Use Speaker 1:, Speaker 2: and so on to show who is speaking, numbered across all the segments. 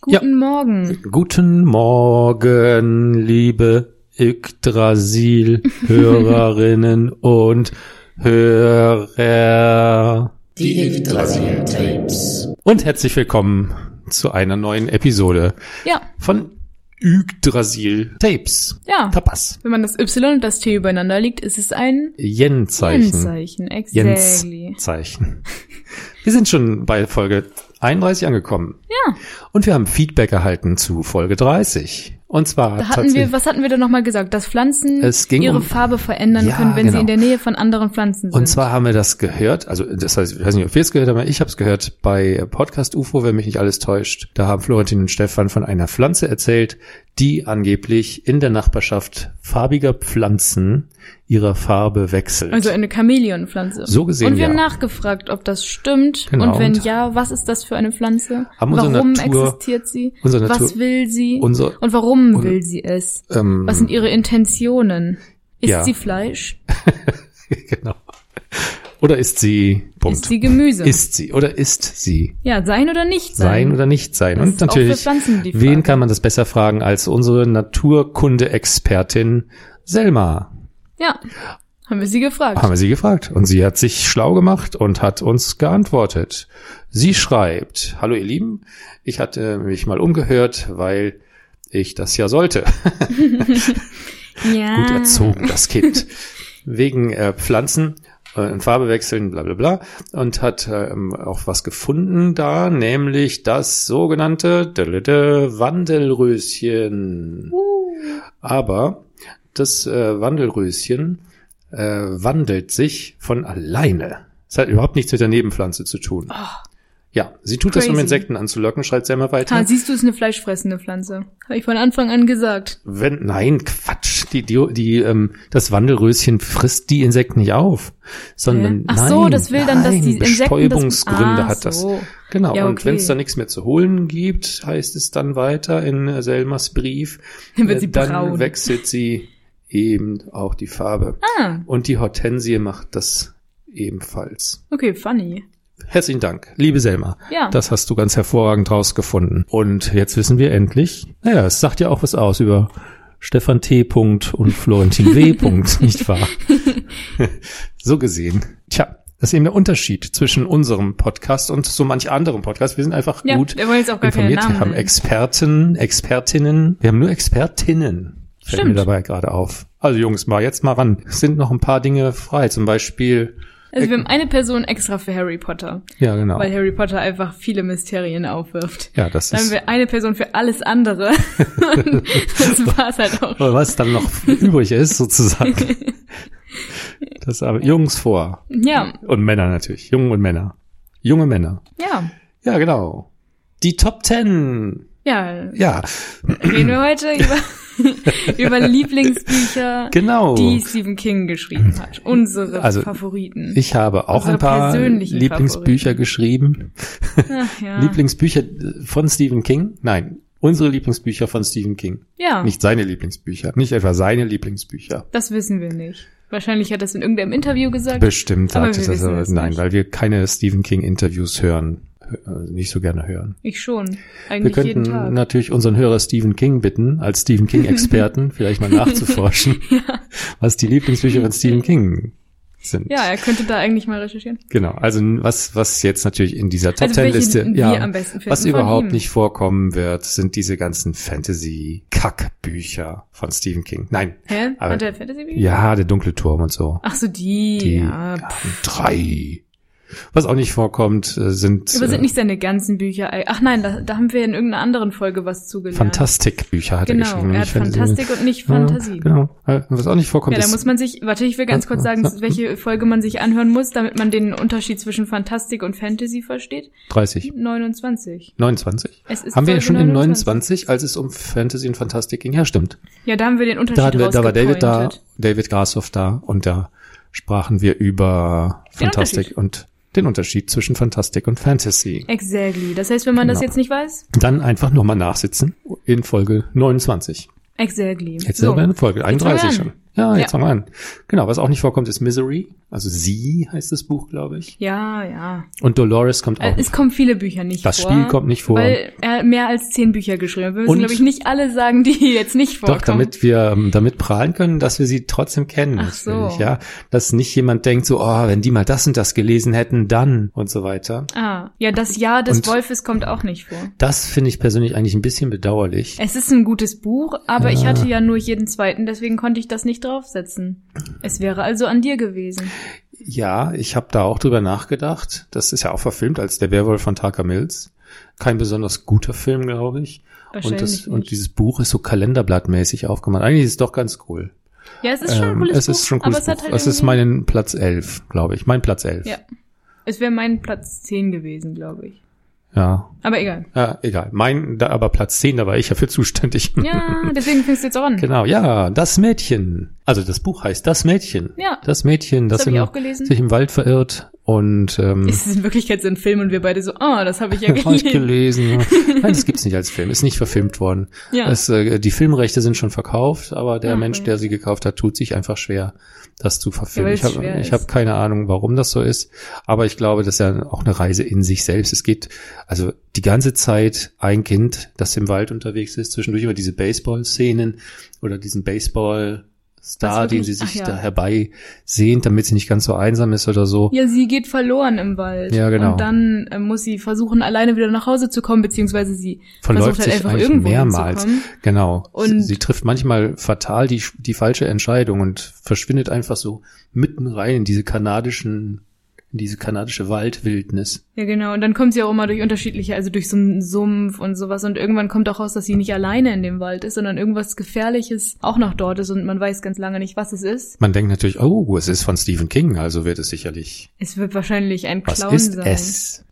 Speaker 1: Guten ja. Morgen.
Speaker 2: Guten Morgen, liebe Yggdrasil-Hörerinnen und Hörer.
Speaker 3: Die Yggdrasil-Tapes.
Speaker 2: Und herzlich willkommen zu einer neuen Episode
Speaker 1: Ja.
Speaker 2: von Yggdrasil-Tapes.
Speaker 1: Ja.
Speaker 2: Tapas.
Speaker 1: Wenn man das Y und das T übereinander liegt, ist es ein
Speaker 2: Yen-Zeichen.
Speaker 1: Zeichen. Exactly.
Speaker 2: Jens-Zeichen. Wir sind schon bei Folge 31 angekommen.
Speaker 1: Ja.
Speaker 2: Und wir haben Feedback erhalten zu Folge 30. Und zwar
Speaker 1: Da hatten wir,
Speaker 2: tatsächlich-
Speaker 1: was hatten wir da nochmal gesagt? Dass Pflanzen
Speaker 2: Es ging
Speaker 1: ihre
Speaker 2: um-
Speaker 1: Farbe verändern
Speaker 2: Ja,
Speaker 1: können, wenn
Speaker 2: genau.
Speaker 1: sie in der Nähe von anderen Pflanzen sind.
Speaker 2: Und zwar haben wir das gehört, also das heißt, ich weiß nicht, ob wir es gehört haben, aber ich habe es gehört bei Podcast UFO, wenn mich nicht alles täuscht. Da haben Florentin und Stefan von einer Pflanze erzählt, die angeblich in der Nachbarschaft farbiger Pflanzen ihrer Farbe wechselt.
Speaker 1: also eine Chamäleonpflanze.
Speaker 2: So gesehen,
Speaker 1: Und wir haben
Speaker 2: ja.
Speaker 1: nachgefragt, ob das stimmt.
Speaker 2: Genau,
Speaker 1: und wenn
Speaker 2: und-
Speaker 1: ja, was ist das für eine Pflanze?
Speaker 2: Haben unsere
Speaker 1: warum
Speaker 2: Natur-
Speaker 1: existiert sie?
Speaker 2: unsere
Speaker 1: was
Speaker 2: Natur-
Speaker 1: will sie?
Speaker 2: unsere-
Speaker 1: und warum
Speaker 2: un-
Speaker 1: will sie es?
Speaker 2: ähm,
Speaker 1: Was sind ihre Intentionen? Ist
Speaker 2: Ja.
Speaker 1: sie Fleisch?
Speaker 2: genau. Oder ist sie Punkt.
Speaker 1: Ist sie Gemüse?
Speaker 2: Ist sie oder ist sie
Speaker 1: ja, sein oder nicht sein?
Speaker 2: sein oder nicht sein?
Speaker 1: Das
Speaker 2: und
Speaker 1: ist auch für
Speaker 2: natürlich,
Speaker 1: Pflanzen die Frage.
Speaker 2: wen kann man das besser fragen als unsere Naturkunde-Expertin Selma?
Speaker 1: Ja, haben wir sie gefragt.
Speaker 2: haben wir sie gefragt und sie hat sich schlau gemacht und hat uns geantwortet. Sie schreibt, hallo ihr Lieben, ich hatte mich mal umgehört, weil ich das ja sollte.
Speaker 1: ja.
Speaker 2: Gut erzogen, das Kind. Wegen äh, Pflanzen äh, in Farbe wechseln, bla bla bla. Und hat ähm, auch was gefunden da, nämlich das sogenannte dödödö Wandelröschen.
Speaker 1: Uh.
Speaker 2: Aber das äh, Wandelröschen äh, wandelt sich von alleine. Es hat überhaupt nichts mit der Nebenpflanze zu tun. ja, sie tut das, um
Speaker 1: Ah. Crazy.
Speaker 2: Insekten anzulocken, schreibt sie immer weiter.
Speaker 1: Ha, siehst du, ist eine fleischfressende Pflanze. Habe ich von Anfang an gesagt.
Speaker 2: Wenn, nein, Quatsch. Die, die, die, ähm, das Wandelröschen frisst die Insekten nicht auf, sondern
Speaker 1: Hä? Ach so,
Speaker 2: nein,
Speaker 1: das will dann, dass
Speaker 2: nein,
Speaker 1: die Insekten das-
Speaker 2: Bestäubungsgründe
Speaker 1: Ah,
Speaker 2: hat das.
Speaker 1: so.
Speaker 2: Genau.
Speaker 1: Ja,
Speaker 2: Und
Speaker 1: okay.
Speaker 2: wenn es dann nichts mehr zu holen gibt, heißt es dann weiter in äh, Selmas Brief,
Speaker 1: Dann wird
Speaker 2: äh,
Speaker 1: sie
Speaker 2: dann
Speaker 1: braun.
Speaker 2: wechselt sie eben auch die Farbe.
Speaker 1: Ah,
Speaker 2: Und die Hortensie macht das ebenfalls.
Speaker 1: okay, funny.
Speaker 2: Herzlichen Dank, liebe Selma.
Speaker 1: Ja.
Speaker 2: Das hast du ganz hervorragend rausgefunden. Und jetzt wissen wir endlich, naja, es sagt ja auch was aus über Stefan T. Punkt und Florentin W. Punkt, nicht wahr? so gesehen. Tja, das ist eben der Unterschied zwischen unserem Podcast und so manch anderem Podcast. Wir sind einfach
Speaker 1: Ja,
Speaker 2: gut
Speaker 1: wir wollen jetzt auch gar keine
Speaker 2: informiert.
Speaker 1: Namen
Speaker 2: Wir haben
Speaker 1: nennen.
Speaker 2: Experten, Expertinnen. Wir haben nur Expertinnen. Fällt mir
Speaker 1: Stimmt.
Speaker 2: dabei gerade auf. Also Jungs, mal jetzt mal ran. Es sind noch ein paar Dinge frei. Zum Beispiel,
Speaker 1: Also wir haben eine Person extra für Harry Potter,
Speaker 2: ja genau.
Speaker 1: weil Harry Potter einfach viele Mysterien aufwirft.
Speaker 2: Ja, das
Speaker 1: Dann haben
Speaker 2: ist.
Speaker 1: wir eine Person für alles andere. Und das war's halt auch.
Speaker 2: Oder was dann noch übrig ist, sozusagen. Das aber Jungs vor.
Speaker 1: Ja,
Speaker 2: Und Männer natürlich. Jungen und Männer. Junge Männer.
Speaker 1: ja.
Speaker 2: Ja, genau. Die Top Ten.
Speaker 1: Ja,
Speaker 2: Ja,
Speaker 1: reden wir heute über, über Lieblingsbücher,
Speaker 2: genau.
Speaker 1: die Stephen King geschrieben hat. Unsere
Speaker 2: Also,
Speaker 1: Favoriten.
Speaker 2: ich habe auch
Speaker 1: Unsere
Speaker 2: ein paar
Speaker 1: persönlichen Ah.
Speaker 2: Lieblingsbücher geschrieben.
Speaker 1: Ach, ja.
Speaker 2: Lieblingsbücher von Stephen King? Nein, unsere Lieblingsbücher von Stephen King.
Speaker 1: ja.
Speaker 2: Nicht seine Lieblingsbücher. Nicht etwa seine Lieblingsbücher.
Speaker 1: Das wissen wir nicht. Wahrscheinlich hat das in irgendeinem Interview gesagt.
Speaker 2: Bestimmt
Speaker 1: Aber
Speaker 2: hat
Speaker 1: wir
Speaker 2: es das
Speaker 1: wissen
Speaker 2: aber.
Speaker 1: es
Speaker 2: Nein,
Speaker 1: nicht.
Speaker 2: weil wir keine Stephen King Interviews hören. Hö- äh, Nicht so gerne hören.
Speaker 1: ich schon.
Speaker 2: Wir
Speaker 1: Eigentlich jeden
Speaker 2: könnten
Speaker 1: Tag.
Speaker 2: natürlich unseren Hörer Stephen King bitten, als Stephen King-Experten vielleicht mal nachzuforschen, was die Lieblingsbücher von Stephen King sind.
Speaker 1: Ja, er könnte da eigentlich mal recherchieren.
Speaker 2: Genau. Also was, was jetzt natürlich in dieser Top
Speaker 1: Also welche
Speaker 2: Ten-Liste,
Speaker 1: wir
Speaker 2: ja,
Speaker 1: am besten finden
Speaker 2: was
Speaker 1: von
Speaker 2: überhaupt
Speaker 1: ihm.
Speaker 2: nicht vorkommen wird, sind diese ganzen Fantasy-Kackbücher von Stephen King. Nein.
Speaker 1: Hä?
Speaker 2: Aber-
Speaker 1: Hat er Fantasy Bücher?
Speaker 2: Ja, der dunkle Turm und so.
Speaker 1: Ach so, die.
Speaker 2: Die
Speaker 1: ja. pff.
Speaker 2: haben drei. Was auch nicht vorkommt, äh, sind,
Speaker 1: Aber
Speaker 2: äh,
Speaker 1: sind nicht seine ganzen Bücher. Ach nein, da, da haben wir in irgendeiner anderen Folge was zugelernt.
Speaker 2: Fantastikbücher hat er
Speaker 1: Genau,
Speaker 2: geschrieben.
Speaker 1: er hat
Speaker 2: nicht Fantasy.
Speaker 1: Fantastik und nicht
Speaker 2: Ja,
Speaker 1: Fantasie.
Speaker 2: genau. Äh, Was auch nicht vorkommt,
Speaker 1: Ja, da
Speaker 2: ist
Speaker 1: muss man sich, warte, ich will ganz kurz sagen, welche Folge man sich anhören muss, damit man den Unterschied zwischen Fantastik und Fantasy versteht.
Speaker 2: 30.
Speaker 1: 29.
Speaker 2: 29?
Speaker 1: Es ist
Speaker 2: haben wir ja
Speaker 1: Folge
Speaker 2: schon in 29, als es um Fantasy und Fantastik ging. Ja, stimmt.
Speaker 1: Ja, da haben wir den Unterschied
Speaker 2: Da, hatten wir, da war David da,
Speaker 1: rausgepointet.
Speaker 2: David Grassoff da und da sprachen wir über
Speaker 1: Den
Speaker 2: Fantastik
Speaker 1: Unterschied.
Speaker 2: und den Unterschied zwischen Fantastik und Fantasy.
Speaker 1: Exactly. Das heißt, wenn man das
Speaker 2: Genau.
Speaker 1: jetzt nicht weiß,
Speaker 2: Dann einfach nochmal nachsitzen in Folge 29.
Speaker 1: exactly.
Speaker 2: Jetzt sind wir in Folge
Speaker 1: fangen wir
Speaker 2: 31
Speaker 1: an.
Speaker 2: schon. Ja,
Speaker 1: Ja.
Speaker 2: jetzt fangen wir an. Genau, was auch nicht vorkommt, ist Misery. Also sie heißt das Buch, glaube ich.
Speaker 1: Ja, ja.
Speaker 2: Und Dolores kommt
Speaker 1: Äh,
Speaker 2: auch.
Speaker 1: Es kommen viele Bücher nicht
Speaker 2: Das
Speaker 1: vor.
Speaker 2: Spiel kommt nicht vor.
Speaker 1: Weil er mehr als zehn Bücher geschrieben hat. Wir
Speaker 2: Und-
Speaker 1: müssen, glaube ich, nicht alle sagen, die hier jetzt nicht vorkommen.
Speaker 2: Doch, damit wir ähm, damit prahlen können, dass wir sie trotzdem kennen.
Speaker 1: Ach so.
Speaker 2: natürlich, Ja, dass nicht jemand denkt so, oh, wenn die mal das und das gelesen hätten, dann und so weiter.
Speaker 1: Ah, ja, das Jahr des
Speaker 2: Und-
Speaker 1: Wolfes kommt auch nicht vor.
Speaker 2: Das finde ich persönlich eigentlich ein bisschen bedauerlich.
Speaker 1: Es ist ein gutes Buch, aber ich
Speaker 2: Ja.
Speaker 1: hatte ja nur jeden zweiten, deswegen konnte ich das nicht draufsetzen. Es wäre also an dir gewesen.
Speaker 2: Ja, ich habe da auch drüber nachgedacht. Das ist ja auch verfilmt als Der Werwolf von Tucker Mills. Kein besonders guter Film, glaube ich.
Speaker 1: Wahrscheinlich.
Speaker 2: Und, das, und
Speaker 1: nicht.
Speaker 2: dieses Buch ist so kalenderblattmäßig aufgemacht. Eigentlich ist es doch ganz cool.
Speaker 1: ja, es ist schon ein
Speaker 2: Ähm,
Speaker 1: cooles
Speaker 2: es
Speaker 1: Buch,
Speaker 2: ist schon ein cooles
Speaker 1: aber es hat
Speaker 2: Buch.
Speaker 1: halt
Speaker 2: es ist
Speaker 1: irgendwie-
Speaker 2: mein Platz 11, glaube ich. Mein Platz 11.
Speaker 1: Ja. Es wäre mein Platz 10 gewesen, glaube ich.
Speaker 2: ja.
Speaker 1: Aber egal.
Speaker 2: Ja, egal. Mein, da aber Platz 10, da war ich ja für zuständig.
Speaker 1: Ja, deswegen fängst du jetzt auch an.
Speaker 2: Genau, ja, das Mädchen. Also das Buch heißt Das Mädchen.
Speaker 1: Ja.
Speaker 2: Das Mädchen, das,
Speaker 1: Das habe ich
Speaker 2: im,
Speaker 1: auch gelesen.
Speaker 2: sich im Wald verirrt und ähm,
Speaker 1: Es ist in Wirklichkeit so ein Film und wir beide so, ah, das habe ich ja
Speaker 2: hab ich
Speaker 1: gelesen.
Speaker 2: gelesen. Nein, das gibt's nicht als Film, ist nicht verfilmt worden.
Speaker 1: Ja.
Speaker 2: Es, äh, die Filmrechte sind schon verkauft, aber der
Speaker 1: Ah,
Speaker 2: Mensch,
Speaker 1: okay.
Speaker 2: der sie gekauft hat, tut sich einfach schwer, das zu verfilmen.
Speaker 1: Ja,
Speaker 2: ich
Speaker 1: weil's
Speaker 2: habe
Speaker 1: schwer
Speaker 2: ich hab
Speaker 1: ist.
Speaker 2: keine Ahnung, warum das so ist, aber ich glaube, das ist ja auch eine Reise in sich selbst. Es geht also die ganze Zeit ein Kind, das im Wald unterwegs ist, zwischendurch über diese Baseball-Szenen oder diesen Baseball. Star,
Speaker 1: Was wirklich-
Speaker 2: den sie sich
Speaker 1: ach ja.
Speaker 2: da herbei sehnt, damit sie nicht ganz so einsam ist oder so.
Speaker 1: Ja, sie geht verloren im Wald.
Speaker 2: Ja, genau.
Speaker 1: Und dann äh, muss sie versuchen, alleine wieder nach Hause zu kommen, beziehungsweise sie
Speaker 2: Verläuft
Speaker 1: versucht halt
Speaker 2: sich
Speaker 1: einfach
Speaker 2: eigentlich
Speaker 1: irgendwo
Speaker 2: mehrmals.
Speaker 1: hinzukommen.
Speaker 2: Genau. Und
Speaker 1: Und-
Speaker 2: sie, sie trifft manchmal fatal die, die falsche Entscheidung und verschwindet einfach so mitten rein in diese kanadischen, in diese kanadische Waldwildnis.
Speaker 1: Ja, genau. Und dann kommt sie auch immer durch unterschiedliche, also durch so einen Sumpf und sowas. Und irgendwann kommt auch raus, dass sie nicht alleine in dem Wald ist, sondern irgendwas Gefährliches auch noch dort ist und man weiß ganz lange nicht, was es ist.
Speaker 2: Man denkt natürlich, oh, es ist von Stephen King, also wird es sicherlich.
Speaker 1: Es wird wahrscheinlich ein
Speaker 2: Was
Speaker 1: Clown
Speaker 2: ist
Speaker 1: sein.
Speaker 2: es?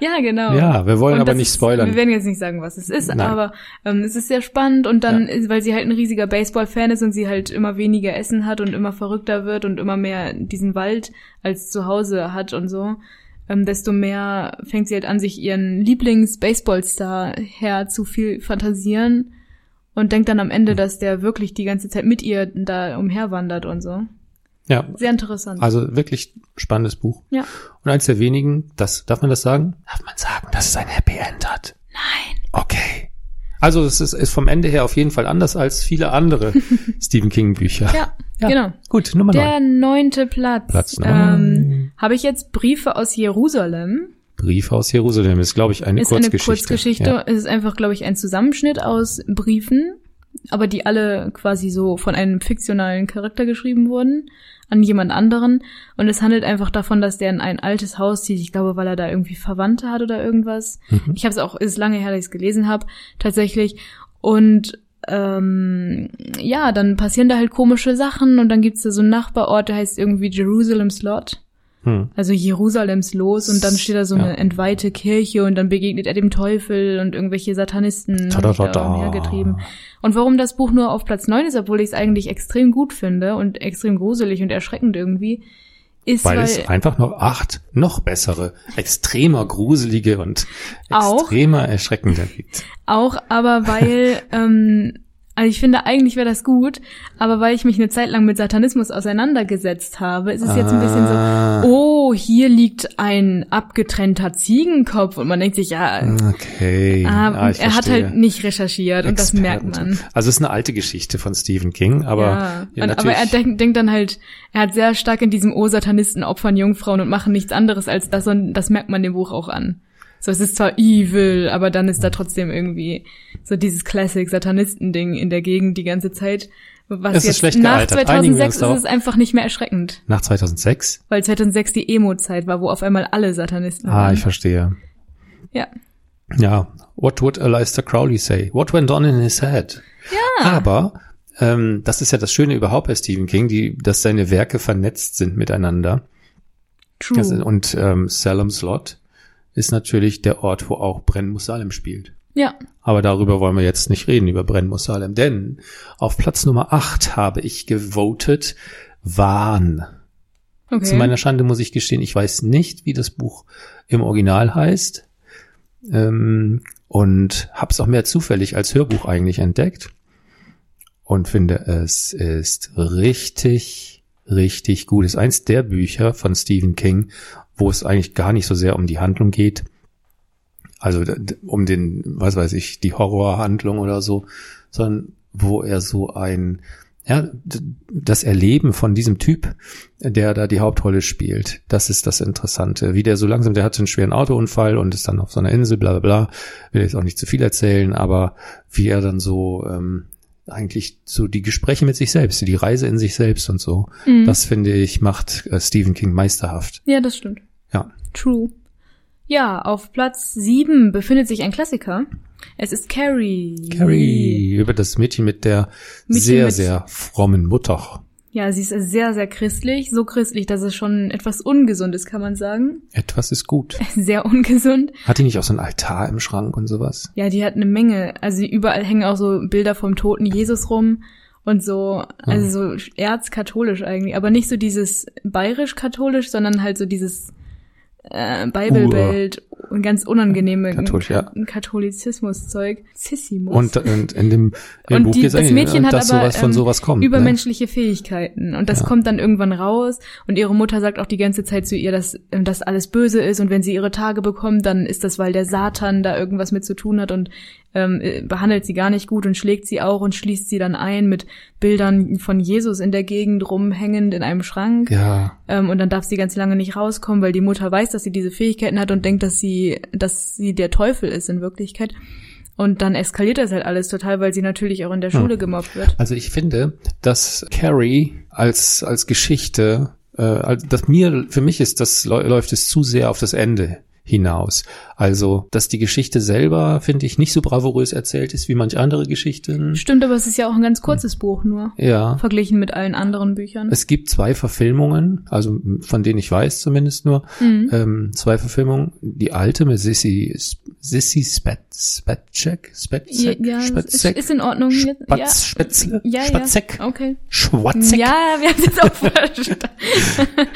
Speaker 1: Ja, genau.
Speaker 2: Ja, wir wollen
Speaker 1: Und
Speaker 2: aber
Speaker 1: das
Speaker 2: nicht
Speaker 1: ist-
Speaker 2: spoilern.
Speaker 1: Wir werden jetzt nicht sagen, was es ist,
Speaker 2: Nein.
Speaker 1: aber ähm, es ist sehr spannend und dann, ist- weil sie halt ein riesiger Baseball-Fan ist und sie halt immer weniger Essen hat und immer verrückter wird und immer mehr diesen Wald als zu Hause hat und so, ähm, desto mehr fängt sie halt an, sich ihren Lieblings-Baseball-Star her zu viel fantasieren und denkt dann am Ende,
Speaker 2: Mhm.
Speaker 1: dass der wirklich die ganze Zeit mit ihr da umherwandert und so.
Speaker 2: Ja,
Speaker 1: Sehr interessant.
Speaker 2: also wirklich spannendes Buch.
Speaker 1: Ja.
Speaker 2: Und eins der wenigen, das, darf man das sagen? Darf man sagen, dass es ein Happy End hat? Nein. Okay. Also es ist, ist vom Ende her auf jeden Fall anders als viele andere Stephen King Bücher.
Speaker 1: Ja, genau.
Speaker 2: Gut, Nummer
Speaker 1: Der
Speaker 2: neun.
Speaker 1: neunte Platz.
Speaker 2: Platz neun.
Speaker 1: ähm, Habe ich jetzt Briefe aus Jerusalem?
Speaker 2: Brief aus Jerusalem ist, glaube ich, eine
Speaker 1: ist
Speaker 2: Kurzgeschichte.
Speaker 1: eine Kurzgeschichte.
Speaker 2: Ja.
Speaker 1: Es ist einfach, glaube ich, ein Zusammenschnitt aus Briefen, aber die alle quasi so von einem fiktionalen Charakter geschrieben wurden an jemand anderen. Und es handelt einfach davon, dass der in ein altes Haus zieht. Ich glaube, weil er da irgendwie Verwandte hat oder irgendwas.
Speaker 2: Mhm.
Speaker 1: Ich habe es auch, ist lange her, dass ich es gelesen habe, tatsächlich. Und ähm, ja, dann passieren da halt komische Sachen und dann gibt's da so einen Nachbarort, der heißt irgendwie Jerusalem Slot.
Speaker 2: Hm.
Speaker 1: Also Jerusalems los und dann steht da so
Speaker 2: Ja.
Speaker 1: eine entweihte Kirche und dann begegnet er dem Teufel und irgendwelche Satanisten
Speaker 2: Ta -da -da
Speaker 1: da
Speaker 2: -da.
Speaker 1: umhergetrieben. Und warum das Buch nur auf Platz 9 ist, obwohl ich es eigentlich extrem gut finde und extrem gruselig und erschreckend irgendwie, ist,
Speaker 2: Weil
Speaker 1: weil,
Speaker 2: es einfach noch acht noch bessere, extremer gruselige und
Speaker 1: Auch?
Speaker 2: extremer erschreckende gibt.
Speaker 1: auch, aber weil, ähm, also ich finde, eigentlich wäre das gut, aber weil ich mich eine Zeit lang mit Satanismus auseinandergesetzt habe, ist es jetzt ein bisschen so,
Speaker 2: Ah,
Speaker 1: oh, hier liegt ein abgetrennter Ziegenkopf und man denkt sich, ja,
Speaker 2: Okay.
Speaker 1: Ah,
Speaker 2: Ah, ich
Speaker 1: er hat
Speaker 2: verstehe.
Speaker 1: halt nicht recherchiert und das merkt
Speaker 2: Experten.
Speaker 1: man.
Speaker 2: Also es ist eine alte Geschichte von Stephen King, aber
Speaker 1: ja.
Speaker 2: ja,
Speaker 1: und, aber
Speaker 2: natürlich
Speaker 1: er denk, denkt dann halt, er hat sehr stark in diesem Oh, Satanisten opfern Jungfrauen und machen nichts anderes als das und das merkt man dem Buch auch an. So, es ist zwar evil, aber dann ist da trotzdem irgendwie so dieses Classic-Satanisten-Ding in der Gegend die ganze Zeit. Was
Speaker 2: Es ist
Speaker 1: jetzt
Speaker 2: schlecht
Speaker 1: nach
Speaker 2: gealtert. Einigen wir uns
Speaker 1: 2006 ist es einfach nicht mehr erschreckend,
Speaker 2: nach 2006.
Speaker 1: weil 2006 die Emo-Zeit war, wo auf einmal alle Satanisten
Speaker 2: Ah,
Speaker 1: waren.
Speaker 2: ich verstehe.
Speaker 1: Mhm. ja.
Speaker 2: Ja, what would Aleister Crowley say? What went on in his head? Ja. Aber ähm, das ist ja das Schöne überhaupt bei Stephen King, die, dass seine Werke vernetzt sind miteinander.
Speaker 1: True.
Speaker 2: Das, und ähm, Salem Slot ist natürlich der Ort, wo auch Brenn Salem spielt.
Speaker 1: ja.
Speaker 2: Aber darüber wollen wir jetzt nicht reden, über Brenn Salem. Denn auf Platz Nummer 8 habe ich gewotet Wahn.
Speaker 1: Okay.
Speaker 2: Zu meiner Schande muss ich gestehen, ich weiß nicht, wie das Buch im Original heißt. Ähm, und hab's auch mehr zufällig als Hörbuch eigentlich entdeckt. und finde, es ist richtig, richtig gut. Es ist eins der Bücher von Stephen King, wo es eigentlich gar nicht so sehr um die Handlung geht. Also d- d- um den, was weiß ich, die Horrorhandlung oder so, sondern wo er so ein, ja, d- das Erleben von diesem Typ, der da die Hauptrolle spielt, das ist das Interessante. Wie der so langsam, der hatte einen schweren Autounfall und ist dann auf so einer Insel, bla bla bla, will jetzt auch nicht zu viel erzählen, aber wie er dann so ähm, eigentlich so die Gespräche mit sich selbst, die Reise in sich selbst und so,
Speaker 1: Mhm.
Speaker 2: das finde ich, macht äh, Stephen King meisterhaft.
Speaker 1: Ja, das stimmt.
Speaker 2: Ja.
Speaker 1: True. Ja, auf Platz 7 befindet sich ein Klassiker. Es ist Carrie.
Speaker 2: Carrie, über das Mädchen mit der
Speaker 1: Mädchen
Speaker 2: sehr,
Speaker 1: mit-
Speaker 2: sehr frommen Mutter.
Speaker 1: Ja, sie ist sehr, sehr christlich. So christlich, dass es schon etwas ungesund ist, kann man sagen.
Speaker 2: Etwas ist gut.
Speaker 1: Sehr ungesund.
Speaker 2: Hat die nicht auch so einen Altar im Schrank und sowas?
Speaker 1: Ja, die hat eine Menge. Also überall hängen auch so Bilder vom toten Jesus rum und so,
Speaker 2: Ah.
Speaker 1: also so erzkatholisch eigentlich. Aber nicht so dieses bayerisch-katholisch, sondern halt so dieses äh, Bibelbild und ganz unangenehme
Speaker 2: Katholisch, ja.
Speaker 1: Katholizismus-Zeug. Sissimus.
Speaker 2: Und, und in dem, im
Speaker 1: Und
Speaker 2: Buch
Speaker 1: die-
Speaker 2: geht's
Speaker 1: das
Speaker 2: eigentlich,
Speaker 1: Mädchen
Speaker 2: und
Speaker 1: hat
Speaker 2: dass
Speaker 1: aber,
Speaker 2: sowas von
Speaker 1: ähm,
Speaker 2: sowas kommt. ne?
Speaker 1: übermenschliche Fähigkeiten. Und das
Speaker 2: Ja.
Speaker 1: kommt dann irgendwann raus. Und ihre Mutter sagt auch die ganze Zeit zu ihr, dass ähm, das alles böse ist. Und wenn sie ihre Tage bekommt, dann ist das, weil der Satan da irgendwas mit zu tun hat und ähm, äh, behandelt sie gar nicht gut und schlägt sie auch und schließt sie dann ein mit Bildern von Jesus in der Gegend rumhängend in einem Schrank.
Speaker 2: Ja,
Speaker 1: Ähm, und dann darf sie ganz lange nicht rauskommen, weil die Mutter weiß, dass sie diese Fähigkeiten hat und denkt, dass sie, dass sie der Teufel ist in Wirklichkeit. Und dann eskaliert das halt alles total, weil sie natürlich auch in der Schule gemobbt wird.
Speaker 2: also ich finde, dass Carrie als, als Geschichte, äh, als, dass mir, für mich ist das, läu- läuft es zu sehr auf das Ende hinaus. Also, dass die Geschichte selber, finde ich, nicht so bravourös erzählt ist wie manch andere Geschichten.
Speaker 1: Stimmt, aber es ist ja auch ein ganz kurzes Buch nur,
Speaker 2: Ja.
Speaker 1: verglichen mit allen anderen Büchern.
Speaker 2: Es gibt zwei Verfilmungen, also von denen ich weiß zumindest nur,
Speaker 1: Mhm.
Speaker 2: ähm, zwei Verfilmungen. Die alte mit Sissy, Sissy Spet, Spetchek, Spetchek,
Speaker 1: ja, ist, ist in Ordnung. jetzt.
Speaker 2: Spatz, Spätzle,
Speaker 1: ja, ja,
Speaker 2: Spatzek,
Speaker 1: ja. Okay.
Speaker 2: Schwatzek.
Speaker 1: Ja, wir haben es jetzt auch verstanden.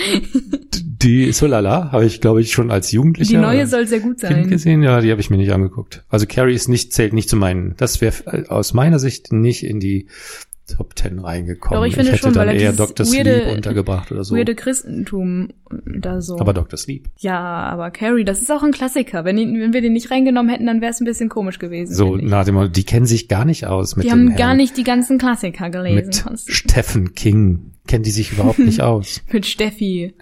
Speaker 2: Die ist so lala, habe ich glaube ich schon als Jugendlicher
Speaker 1: Die neue
Speaker 2: oder
Speaker 1: soll sehr gut
Speaker 2: Kind
Speaker 1: sein.
Speaker 2: gesehen. Ja, die habe ich mir nicht angeguckt. Also Carrie ist nicht zählt nicht zu meinen. Das wäre aus meiner Sicht nicht in die Top Ten reingekommen.
Speaker 1: Doch, ich finde
Speaker 2: hätte
Speaker 1: schon,
Speaker 2: dann
Speaker 1: weil er
Speaker 2: eher
Speaker 1: dieses
Speaker 2: Dr. Sleep
Speaker 1: weirde-
Speaker 2: untergebracht oder so.
Speaker 1: Weirde Christentum äh, da so.
Speaker 2: Aber Dr. Sleep.
Speaker 1: ja, aber Carrie, das ist auch ein Klassiker. Wenn, ihn, wenn wir den nicht reingenommen hätten, dann wäre es ein bisschen komisch gewesen.
Speaker 2: So
Speaker 1: finde ich.
Speaker 2: nach dem Motto, die kennen sich gar nicht aus mit
Speaker 1: Die
Speaker 2: dem
Speaker 1: haben gar
Speaker 2: Herrn.
Speaker 1: nicht die ganzen Klassiker gelesen.
Speaker 2: mit
Speaker 1: Konstantin.
Speaker 2: Stephen King kennen die sich überhaupt nicht aus.
Speaker 1: mit Steffi,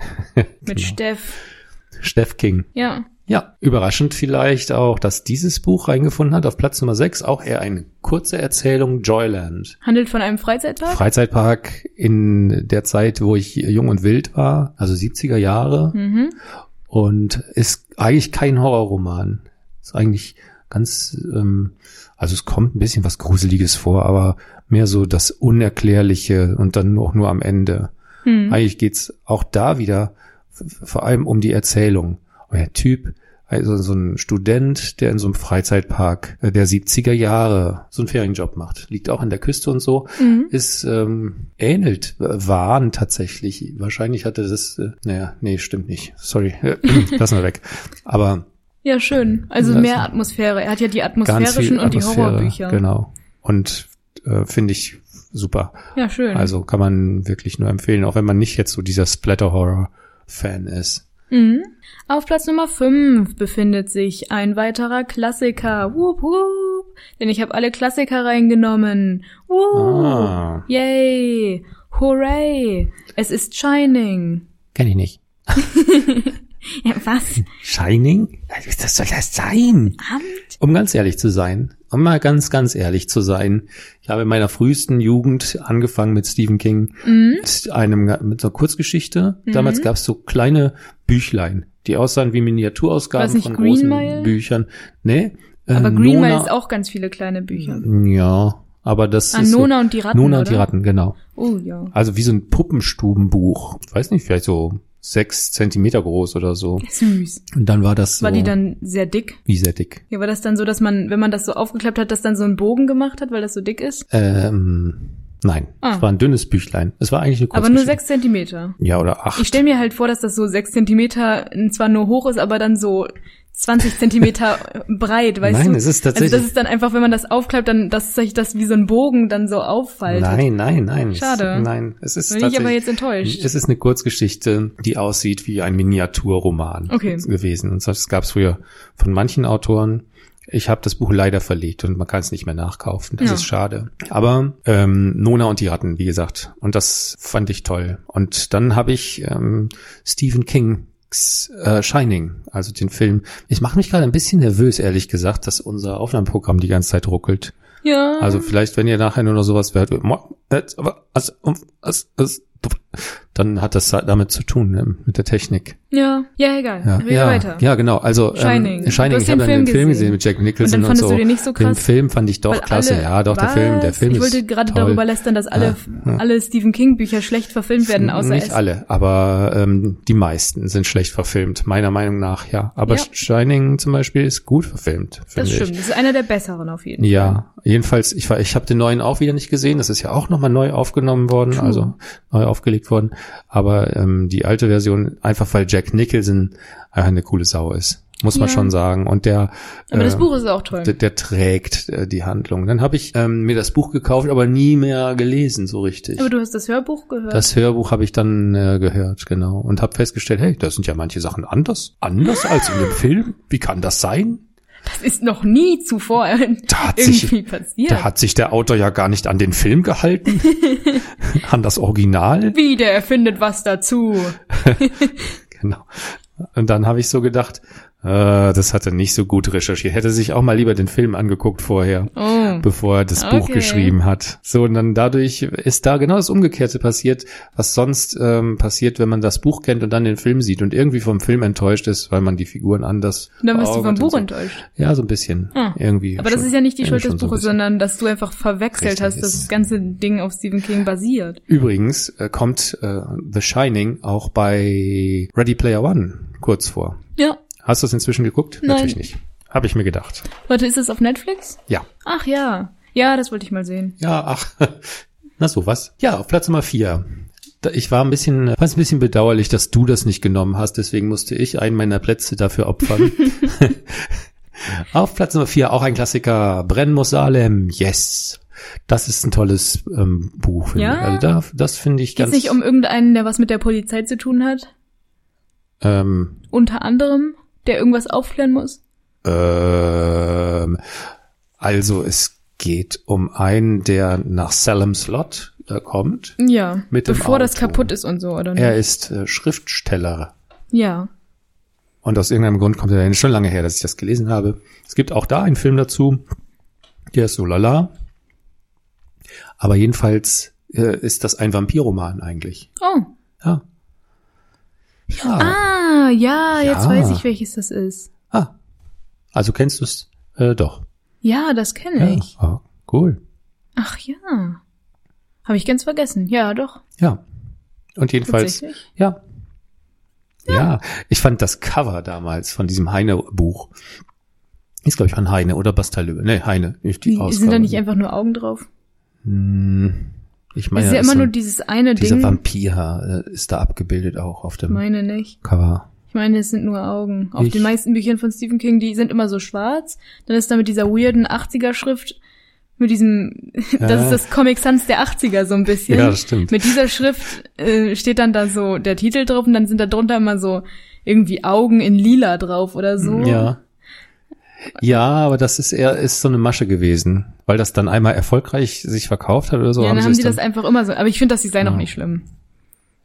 Speaker 1: mit
Speaker 2: Genau.
Speaker 1: Steff.
Speaker 2: Steff King.
Speaker 1: Ja,
Speaker 2: Ja, überraschend vielleicht auch, dass dieses Buch reingefunden hat auf Platz Nummer 6, auch eher eine kurze Erzählung Joyland.
Speaker 1: handelt von einem Freizeitpark.
Speaker 2: Freizeitpark in der Zeit, wo ich jung und wild war, also 70er Jahre
Speaker 1: mhm.
Speaker 2: und ist eigentlich kein Horrorroman. Ist eigentlich ganz, ähm, also es kommt ein bisschen was Gruseliges vor, aber mehr so das Unerklärliche und dann auch nur am Ende.
Speaker 1: Hm.
Speaker 2: Eigentlich geht's auch da wieder f- vor allem um die Erzählung. Euer Typ, also so ein Student, der in so einem Freizeitpark äh, der 70er Jahre so einen Ferienjob macht. Liegt auch an der Küste und so.
Speaker 1: Mhm.
Speaker 2: Ist ähm, ähnelt äh, Wahn tatsächlich. Wahrscheinlich hatte das, äh, naja, nee, stimmt nicht. Sorry, äh, lassen wir weg. Aber
Speaker 1: Ja, schön. Also
Speaker 2: Das-
Speaker 1: mehr Atmosphäre. Er hat ja die
Speaker 2: ganz
Speaker 1: atmosphärischen
Speaker 2: viel
Speaker 1: und die
Speaker 2: Atmosphäre.
Speaker 1: Horrorbücher.
Speaker 2: Genau. Und äh, finde ich super.
Speaker 1: Ja, schön.
Speaker 2: Also kann man wirklich nur empfehlen, auch wenn man nicht jetzt so dieser Splatter-Horror-Fan ist.
Speaker 1: Mhm. Auf Platz Nummer 5 befindet sich ein weiterer Klassiker. Wup, wup. Denn ich habe alle Klassiker reingenommen. Wup.
Speaker 2: Ah.
Speaker 1: Yay. Hooray. Es ist Shining.
Speaker 2: Kenne ich nicht.
Speaker 1: Ja,
Speaker 2: Hm.
Speaker 1: was?
Speaker 2: Shining? Also, Was soll das sein?
Speaker 1: Amt?
Speaker 2: Um ganz ehrlich zu sein, um mal ganz, ganz ehrlich zu sein, ich habe in meiner frühesten Jugend angefangen mit Stephen King,
Speaker 1: Mhm.
Speaker 2: mit einem, mit einer Kurzgeschichte.
Speaker 1: Mhm.
Speaker 2: Damals gab es so kleine Büchlein, die aussahen wie Miniaturausgaben
Speaker 1: War's nicht
Speaker 2: von
Speaker 1: Green
Speaker 2: großen
Speaker 1: Mile?
Speaker 2: Büchern. Nee, äh,
Speaker 1: Aber Green Mile
Speaker 2: Nona-
Speaker 1: ist auch ganz viele kleine Bücher.
Speaker 2: Ja, aber das
Speaker 1: Ah,
Speaker 2: ist so-
Speaker 1: Nona und die Ratten,
Speaker 2: Nona und
Speaker 1: oder?
Speaker 2: die Ratten, genau.
Speaker 1: Oh ja.
Speaker 2: Also wie so ein Puppenstubenbuch. Ich weiß nicht, vielleicht so sechs Zentimeter groß oder so.
Speaker 1: Süß.
Speaker 2: Und dann war das so.
Speaker 1: War die dann sehr dick?
Speaker 2: wie sehr dick?
Speaker 1: Ja, war das dann so, dass man, wenn man das so aufgeklappt hat, dass dann so einen Bogen gemacht hat, weil das so dick ist?
Speaker 2: Ähm, nein,
Speaker 1: Ah.
Speaker 2: es war ein dünnes Büchlein. Es war eigentlich eine
Speaker 1: Aber nur
Speaker 2: Kurzgeschichte.
Speaker 1: sechs Zentimeter.
Speaker 2: Ja, oder acht.
Speaker 1: Ich stelle mir halt vor, dass das so sechs Zentimeter n- zwar nur hoch ist, aber dann so 20 Zentimeter breit, weißt
Speaker 2: Nein,
Speaker 1: du?
Speaker 2: es ist
Speaker 1: Also
Speaker 2: tatsächlich-
Speaker 1: das ist dann einfach, wenn man das aufklappt, dann, dass sich das wie so ein Bogen dann so auffaltet.
Speaker 2: Nein, nein, nein. es-
Speaker 1: Schade.
Speaker 2: Nein, es ist
Speaker 1: Bin ich aber
Speaker 2: tatsächlich-
Speaker 1: jetzt enttäuscht.
Speaker 2: Es ist eine Kurzgeschichte, die aussieht wie ein Miniaturroman
Speaker 1: Okay.
Speaker 2: gewesen. Und das gab es früher von manchen Autoren. Ich habe das Buch leider verlegt und man kann es nicht mehr nachkaufen. Das
Speaker 1: Ja.
Speaker 2: ist schade. Aber ähm, Nona und die Ratten, wie gesagt. Und das fand ich toll. Und dann habe ich ähm, Stephen Kings äh, Shining, also den Film. Ich mache mich gerade ein bisschen nervös, ehrlich gesagt, dass unser Aufnahmeprogramm die ganze Zeit ruckelt.
Speaker 1: Ja.
Speaker 2: Also vielleicht, wenn ihr nachher nur noch sowas hört, mo- jetzt, aber, as- um, as- as- dann hat das damit zu tun, ne? mit der Technik.
Speaker 1: ja. Ja, egal.
Speaker 2: Ja,
Speaker 1: Rede
Speaker 2: ja,
Speaker 1: weiter.
Speaker 2: ja genau. Also
Speaker 1: Shining.
Speaker 2: Ähm,
Speaker 1: Du
Speaker 2: Shining.
Speaker 1: hast
Speaker 2: Ich habe
Speaker 1: den
Speaker 2: dann
Speaker 1: Film
Speaker 2: den Film gesehen
Speaker 1: gesehen.
Speaker 2: mit Jack Nicholson
Speaker 1: Und dann fandest
Speaker 2: und so.
Speaker 1: du den nicht so
Speaker 2: Den
Speaker 1: krass?
Speaker 2: Film fand ich doch
Speaker 1: Weil
Speaker 2: klasse.
Speaker 1: alle-
Speaker 2: ja, doch der
Speaker 1: Was?
Speaker 2: Film, der Film
Speaker 1: Ich
Speaker 2: ist
Speaker 1: wollte gerade
Speaker 2: toll.
Speaker 1: darüber lästern, dass alle,
Speaker 2: Ja, ja.
Speaker 1: alle Stephen King Bücher schlecht verfilmt werden, außer
Speaker 2: nicht
Speaker 1: es.
Speaker 2: alle, aber ähm, die meisten sind schlecht verfilmt, meiner Meinung nach, ja. Aber
Speaker 1: Ja.
Speaker 2: Shining zum Beispiel ist gut verfilmt,
Speaker 1: Das
Speaker 2: finde ich.
Speaker 1: stimmt. Das ist einer der besseren auf jeden Fall.
Speaker 2: Ja, jedenfalls, ich war, ich habe den neuen auch wieder nicht gesehen. Das ist ja auch nochmal neu aufgenommen worden, also neu aufgelegt worden. Aber ähm, die alte Version, einfach weil Jack Nicholson einfach eine coole Sau ist, muss man
Speaker 1: Ja.
Speaker 2: schon sagen. Und der,
Speaker 1: Aber das
Speaker 2: äh,
Speaker 1: Buch ist auch toll.
Speaker 2: der, der trägt äh, die Handlung. Dann habe ich ähm, mir das Buch gekauft, aber nie mehr gelesen so richtig.
Speaker 1: Aber du hast das Hörbuch gehört.
Speaker 2: Das Hörbuch habe ich dann äh, gehört, genau. Und habe festgestellt, hey, da sind ja manche Sachen anders. Anders als in dem Film. Wie kann das sein?
Speaker 1: das ist noch nie zuvor
Speaker 2: Da hat sich-
Speaker 1: irgendwie passiert.
Speaker 2: Da hat sich der Autor ja gar nicht an den Film gehalten, an das Original.
Speaker 1: Wieder erfindet was dazu.
Speaker 2: Genau. Und dann habe ich so gedacht, äh, das hat er nicht so gut recherchiert. Hätte sich auch mal lieber den Film angeguckt vorher,
Speaker 1: Oh.
Speaker 2: bevor er das Buch
Speaker 1: Okay.
Speaker 2: geschrieben hat. So, und dann dadurch ist da genau das Umgekehrte passiert, was sonst ähm, passiert, wenn man das Buch kennt und dann den Film sieht und irgendwie vom Film enttäuscht ist, weil man die Figuren anders.
Speaker 1: Und dann bist du vom
Speaker 2: verortet und
Speaker 1: Buch
Speaker 2: so.
Speaker 1: enttäuscht.
Speaker 2: Ja, so ein bisschen.
Speaker 1: Ah.
Speaker 2: Irgendwie.
Speaker 1: Aber das
Speaker 2: schon.
Speaker 1: ist ja nicht die
Speaker 2: Irgendwie
Speaker 1: Schuld des
Speaker 2: schon so ein
Speaker 1: Buches,
Speaker 2: bisschen.
Speaker 1: sondern dass du einfach verwechselt
Speaker 2: Richtig,
Speaker 1: hast, dass
Speaker 2: es-
Speaker 1: das ganze Ding auf Stephen King basiert.
Speaker 2: Übrigens äh, kommt äh, The Shining auch bei Ready Player One kurz vor.
Speaker 1: Ja.
Speaker 2: Hast du es inzwischen geguckt?
Speaker 1: Nein.
Speaker 2: Natürlich nicht. Habe ich mir gedacht.
Speaker 1: Warte, ist das auf Netflix?
Speaker 2: Ja.
Speaker 1: Ach ja. Ja, das wollte ich mal sehen.
Speaker 2: Ja, ach. Na sowas. Ja, auf Platz Nummer vier. Da- Ich war ein bisschen, fand es ein bisschen bedauerlich, dass du das nicht genommen hast. Deswegen musste ich einen meiner Plätze dafür opfern. auf Platz Nummer vier auch ein Klassiker. Brennen muss Salem. Yes. Das ist ein tolles ähm, Buch. finde
Speaker 1: Ja?
Speaker 2: ich. Also da, das finde ich
Speaker 1: Geht's
Speaker 2: ganz.
Speaker 1: nicht um irgendeinen, der was mit der Polizei zu tun hat?
Speaker 2: ähm,
Speaker 1: Unter anderem, der irgendwas aufklären muss?
Speaker 2: Ähm, also es geht um einen, der nach Salem Slot äh, kommt.
Speaker 1: Ja.
Speaker 2: Mit dem
Speaker 1: bevor das
Speaker 2: Auto.
Speaker 1: kaputt ist und so, oder nicht?
Speaker 2: Er ist äh, Schriftsteller.
Speaker 1: ja.
Speaker 2: Und aus irgendeinem Grund kommt er dahin. Schon lange her, dass ich das gelesen habe. Es gibt auch da einen Film dazu. Der ist so lala. Aber jedenfalls äh, ist das ein Vampiroman eigentlich.
Speaker 1: Oh.
Speaker 2: Ja. Ja.
Speaker 1: Ah, ja, jetzt
Speaker 2: Ja.
Speaker 1: weiß ich, welches das ist.
Speaker 2: Ah. Also kennst du es äh, doch.
Speaker 1: Ja, das kenne
Speaker 2: Ja.
Speaker 1: ich.
Speaker 2: Ah, cool.
Speaker 1: Ach ja. Habe ich ganz vergessen. Ja, doch.
Speaker 2: Ja. Und jedenfalls
Speaker 1: Tatsächlich.
Speaker 2: Ja. ja. ich fand das Cover damals von diesem Heine-Buch. Ist, glaube ich, von Heine oder Bastalö. Nee, Heine. Nicht die
Speaker 1: Wie,
Speaker 2: Ausgabe.
Speaker 1: sind da nicht einfach nur Augen drauf?
Speaker 2: Hm, Ich meine,
Speaker 1: es ist ja
Speaker 2: da
Speaker 1: immer
Speaker 2: so
Speaker 1: nur
Speaker 2: ein-
Speaker 1: dieses eine
Speaker 2: dieser
Speaker 1: Ding.
Speaker 2: Vampir äh, ist da abgebildet auch auf
Speaker 1: Ich
Speaker 2: dem
Speaker 1: meine nicht.
Speaker 2: Cover.
Speaker 1: Ich meine, es sind nur Augen. Auf
Speaker 2: Ich-
Speaker 1: den meisten Büchern von Stephen King, die sind immer so schwarz. Dann ist da mit dieser weirden 80er-Schrift, mit diesem, das ist das Comic Sans der 80er so ein bisschen.
Speaker 2: Ja, das stimmt.
Speaker 1: Mit dieser Schrift äh, steht dann da so der Titel drauf und dann sind da drunter immer so irgendwie Augen in lila drauf oder Hm. so.
Speaker 2: Ja. Ja, aber das ist eher ist so eine Masche gewesen, weil das dann einmal erfolgreich sich verkauft hat oder so.
Speaker 1: ja, dann haben
Speaker 2: es
Speaker 1: die das einfach immer so. Aber ich finde das Design auch
Speaker 2: Ja.
Speaker 1: nicht schlimm.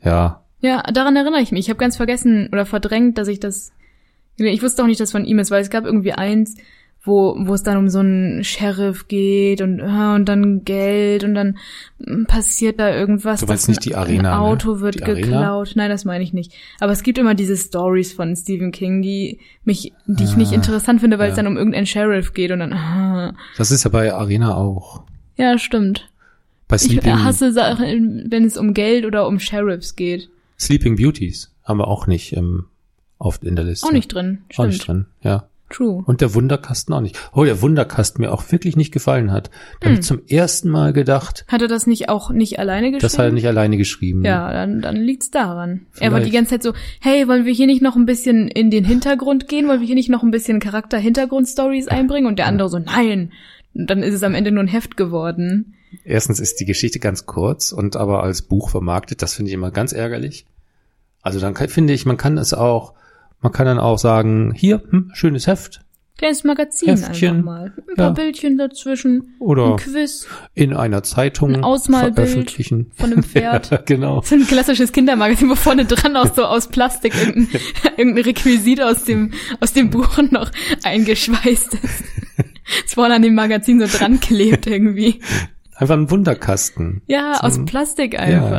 Speaker 2: ja,
Speaker 1: Ja, daran erinnere ich mich. Ich habe ganz vergessen oder verdrängt, dass ich das. Ich wusste auch nicht, dass von ihm ist, weil es gab irgendwie eins, wo, wo es dann um so einen Sheriff geht und, ah, und dann Geld und dann mm, passiert da irgendwas.
Speaker 2: Du meinst
Speaker 1: dass
Speaker 2: nicht die
Speaker 1: ein-
Speaker 2: Arena,
Speaker 1: Ein
Speaker 2: ne?
Speaker 1: Auto wird
Speaker 2: Die Arena?
Speaker 1: geklaut. Nein, das meine ich nicht. Aber es gibt immer diese Stories von Stephen King, die mich, die ich nicht
Speaker 2: Ah,
Speaker 1: interessant finde, weil es
Speaker 2: ja.
Speaker 1: dann um irgendeinen Sheriff geht und dann. Ah.
Speaker 2: das ist ja bei Arena auch.
Speaker 1: Ja, stimmt.
Speaker 2: Bei
Speaker 1: Ich äh,
Speaker 2: Sleeping,
Speaker 1: hasse Sachen, wenn es um Geld oder um Sheriffs geht.
Speaker 2: Sleeping Beauties haben wir auch nicht ähm, oft in der Liste.
Speaker 1: Auch nicht drin. Stimmt.
Speaker 2: Auch nicht drin, ja.
Speaker 1: True.
Speaker 2: Und der Wunderkasten auch nicht. Oh, der Wunderkasten mir auch wirklich nicht gefallen hat. Da habe
Speaker 1: Hm.
Speaker 2: ich zum ersten Mal gedacht,
Speaker 1: Hat er das nicht auch nicht alleine geschrieben?
Speaker 2: das hat er nicht alleine geschrieben.
Speaker 1: Ja, dann, dann liegt's daran. Er war die
Speaker 2: Vielleicht.
Speaker 1: ganze Zeit so, hey, wollen wir hier nicht noch ein bisschen in den Hintergrund gehen? Wollen wir hier nicht noch ein bisschen Charakter-Hintergrund-Stories einbringen? Und der andere so, nein. Und dann ist es am Ende nur ein Heft geworden.
Speaker 2: Erstens ist die Geschichte ganz kurz und aber als Buch vermarktet. Das finde ich immer ganz ärgerlich. Also dann kann, finde ich, man kann es auch, man kann dann auch sagen, hier, hm, schönes Heft
Speaker 1: Kleines Magazin
Speaker 2: Heftchen.
Speaker 1: einfach mal. Ein paar
Speaker 2: Ja.
Speaker 1: Bildchen dazwischen, ein
Speaker 2: oder
Speaker 1: Quiz
Speaker 2: in einer Zeitung
Speaker 1: Ein Ausmalbild
Speaker 2: veröffentlichen.
Speaker 1: von einem Pferd.
Speaker 2: Ja, genau.
Speaker 1: So ein klassisches Kindermagazin, wo vorne dran auch so aus Plastik irgendein, irgendein Requisit aus dem, aus dem Buch noch eingeschweißt ist. Das vorne an dem Magazin so dran klebt irgendwie.
Speaker 2: Einfach ein Wunderkasten.
Speaker 1: Ja,
Speaker 2: So
Speaker 1: aus
Speaker 2: ein-
Speaker 1: Plastik einfach.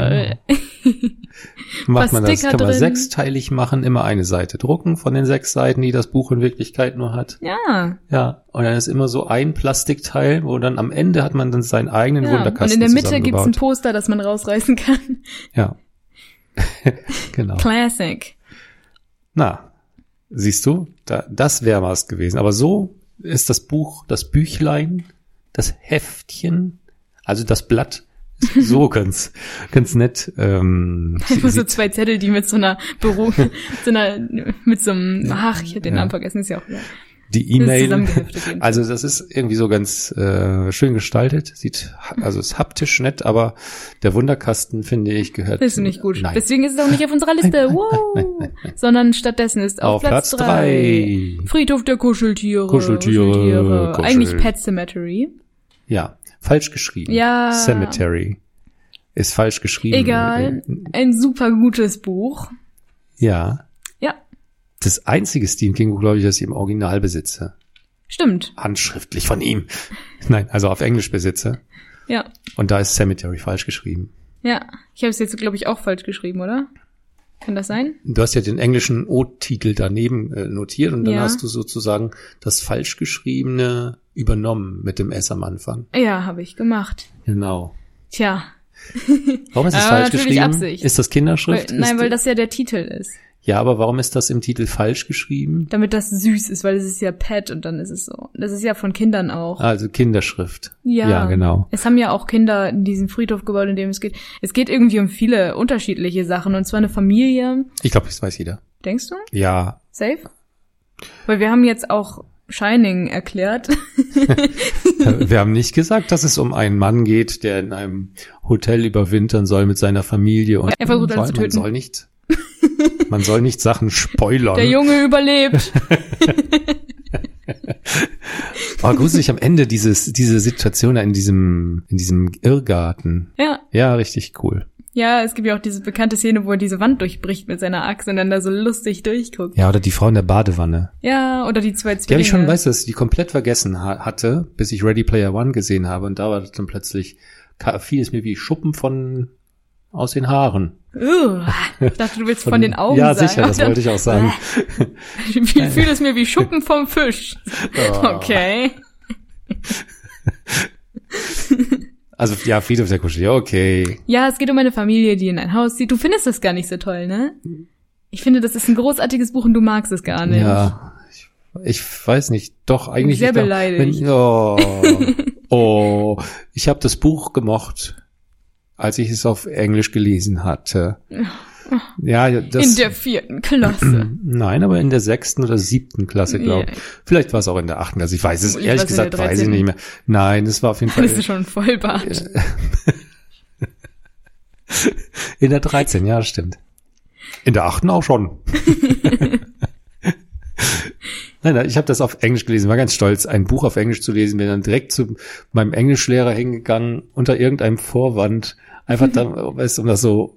Speaker 2: Macht man das,
Speaker 1: Sticker
Speaker 2: kann man
Speaker 1: drin.
Speaker 2: sechsteilig machen, immer eine Seite drucken von den sechs Seiten, die das Buch in Wirklichkeit nur hat.
Speaker 1: Ja.
Speaker 2: Ja, und dann ist immer so ein Plastikteil, wo dann am Ende hat man dann seinen eigenen
Speaker 1: ja. Und in
Speaker 2: Wunderkasten
Speaker 1: der Mitte gibt's
Speaker 2: zusammengebaut.
Speaker 1: ein Poster, das man rausreißen kann.
Speaker 2: Ja. genau.
Speaker 1: Classic.
Speaker 2: Na, siehst du, da, das wäre was gewesen. Aber so ist das Buch, das Büchlein, das Heftchen, also das Blatt, ist so ganz, ganz nett. Ähm,
Speaker 1: Einfach so zwei Zettel, die mit so einer Büro, mit so einer, mit so einem, ach, ich hätte den
Speaker 2: Ja.
Speaker 1: Namen vergessen, ist ja auch egal.
Speaker 2: die
Speaker 1: Das ist
Speaker 2: E-Mail.
Speaker 1: zusammengeheftet jedenfalls.
Speaker 2: Also das ist irgendwie so ganz äh, schön gestaltet, sieht ha- also ist haptisch nett, aber der Wunderkasten finde ich gehört.
Speaker 1: Das ist nicht gut.
Speaker 2: Nein.
Speaker 1: Deswegen ist es auch nicht auf unserer Liste. Wow. Sondern stattdessen ist auf, Platz drei
Speaker 2: drei.
Speaker 1: Friedhof der Kuscheltiere.
Speaker 2: Kuscheltiere, Kuschel.
Speaker 1: Eigentlich Pet Cemetery.
Speaker 2: Ja, falsch geschrieben.
Speaker 1: Ja.
Speaker 2: Cemetery ist falsch geschrieben.
Speaker 1: Egal. Ein super gutes Buch.
Speaker 2: Ja.
Speaker 1: Ja,
Speaker 2: Das einzige Stephen King Buch, glaube ich, das ich im Original besitze.
Speaker 1: stimmt.
Speaker 2: Handschriftlich von ihm. Nein, also auf Englisch besitze.
Speaker 1: Ja.
Speaker 2: Und da ist Cemetery falsch geschrieben.
Speaker 1: Ja. Ich habe es jetzt, glaube ich, auch falsch geschrieben, oder? Kann das sein?
Speaker 2: Du hast ja den englischen O-Titel daneben äh, notiert und dann
Speaker 1: Ja.
Speaker 2: hast du sozusagen das falsch geschriebene übernommen mit dem S am Anfang.
Speaker 1: Ja, habe ich gemacht.
Speaker 2: Genau.
Speaker 1: Tja.
Speaker 2: Warum ist es
Speaker 1: Aber Ah,
Speaker 2: falsch
Speaker 1: natürlich
Speaker 2: geschrieben?
Speaker 1: Absicht.
Speaker 2: Ist das
Speaker 1: Weil,
Speaker 2: Kinderschrift?
Speaker 1: nein,
Speaker 2: ist
Speaker 1: weil das ja der Titel ist.
Speaker 2: ja, aber warum ist das im Titel falsch geschrieben?
Speaker 1: Damit das süß ist, weil es ist ja Pet und dann ist es so. Das ist ja von Kindern auch.
Speaker 2: Also Kinderschrift.
Speaker 1: Ja.
Speaker 2: ja genau.
Speaker 1: Es haben ja auch Kinder in diesem Friedhof gebaut, in dem es geht. Es geht irgendwie um viele unterschiedliche Sachen. Und zwar eine Familie.
Speaker 2: Ich glaube, das weiß jeder.
Speaker 1: Denkst du?
Speaker 2: Ja,
Speaker 1: Safe? Weil wir haben jetzt auch Shining erklärt.
Speaker 2: Äh, Wir haben nicht gesagt, dass es um einen Mann geht, der in einem Hotel überwintern soll mit seiner Familie und
Speaker 1: Er versucht,
Speaker 2: man
Speaker 1: alle
Speaker 2: soll,
Speaker 1: zu
Speaker 2: man
Speaker 1: töten.
Speaker 2: soll nicht, man soll nicht Sachen spoilern.
Speaker 1: Der Junge überlebt.
Speaker 2: Aber gruselig am Ende dieses, diese Situation da in diesem, in diesem Irrgarten.
Speaker 1: Ja.
Speaker 2: Ja, richtig cool.
Speaker 1: Ja, es gibt ja auch diese bekannte Szene, wo er diese Wand durchbricht mit seiner Axt und dann da so lustig durchguckt.
Speaker 2: Ja, oder die Frau in der Badewanne.
Speaker 1: Ja, oder die zwei Zwillinge.
Speaker 2: Die habe ich schon, weißt du, dass ich die komplett vergessen ha hatte, bis ich Ready Player One gesehen habe und da war das dann plötzlich, ka- fiel es mir wie Schuppen von, aus den Haaren.
Speaker 1: Ugh. Uh, Ich dachte, du willst von, den Augen
Speaker 2: Ja,
Speaker 1: sagen.
Speaker 2: sicher, das wollte ich auch sagen.
Speaker 1: ich. Fühlt es mir wie Schuppen vom Fisch. Okay.
Speaker 2: Also ja, Friedhof der Kuschel, ja, okay.
Speaker 1: Ja, es geht um eine Familie, die in ein Haus zieht. Du findest das gar nicht so toll, ne? Ich finde, das ist ein großartiges Buch und du magst es gar nicht.
Speaker 2: Ja, ich, ich weiß nicht, doch eigentlich.
Speaker 1: sehr
Speaker 2: nicht, aber
Speaker 1: beleidigt.
Speaker 2: Wenn, oh, oh, ich habe das Buch gemocht, als ich es auf Englisch gelesen hatte. Ja, das.
Speaker 1: in der vierten Klasse.
Speaker 2: nein, aber in der sechsten oder siebten Klasse, glaube ich.
Speaker 1: Ja.
Speaker 2: Vielleicht war es auch in der achten. Also ich weiß es
Speaker 1: Ich
Speaker 2: ehrlich
Speaker 1: weiß, in der
Speaker 2: gesagt, weiß ich
Speaker 1: 13..
Speaker 2: nicht mehr. Nein, es war auf jeden
Speaker 1: Das ist
Speaker 2: Fall
Speaker 1: schon Vollbart.
Speaker 2: in der 13, ja, stimmt. In der achten auch schon. Nein, nein, ich habe das auf Englisch gelesen, war ganz stolz, ein Buch auf Englisch zu lesen, bin dann direkt zu meinem Englischlehrer hingegangen, unter irgendeinem Vorwand, einfach dann, weißt du, um das
Speaker 1: Zu
Speaker 2: so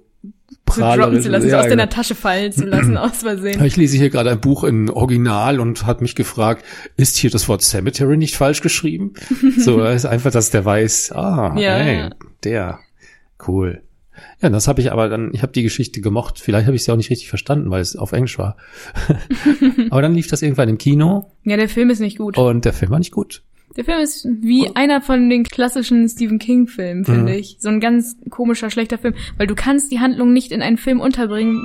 Speaker 1: droppen
Speaker 2: prahlerisch.
Speaker 1: zu lassen, es
Speaker 2: Ja,
Speaker 1: aus
Speaker 2: genau.
Speaker 1: deiner Tasche fallen zu lassen, aus Versehen.
Speaker 2: Ich lese hier gerade ein Buch in Original und hat mich gefragt, ist hier das Wort Cemetery nicht falsch geschrieben? so, ist einfach, dass der weiß, ah,
Speaker 1: Ja,
Speaker 2: ey,
Speaker 1: ja.
Speaker 2: der, cool. Ja, das habe ich aber dann, ich habe die Geschichte gemocht. Vielleicht habe ich sie auch nicht richtig verstanden, weil es auf Englisch war. aber dann lief das irgendwann im Kino
Speaker 1: Ja, der Film ist nicht gut.
Speaker 2: und der Film war nicht gut.
Speaker 1: Der Film ist
Speaker 2: Oh.
Speaker 1: wie einer von den klassischen Stephen
Speaker 2: Mhm.
Speaker 1: King-Filmen, finde ich. So ein ganz komischer, schlechter Film. Weil du kannst die Handlung nicht in einen Film unterbringen.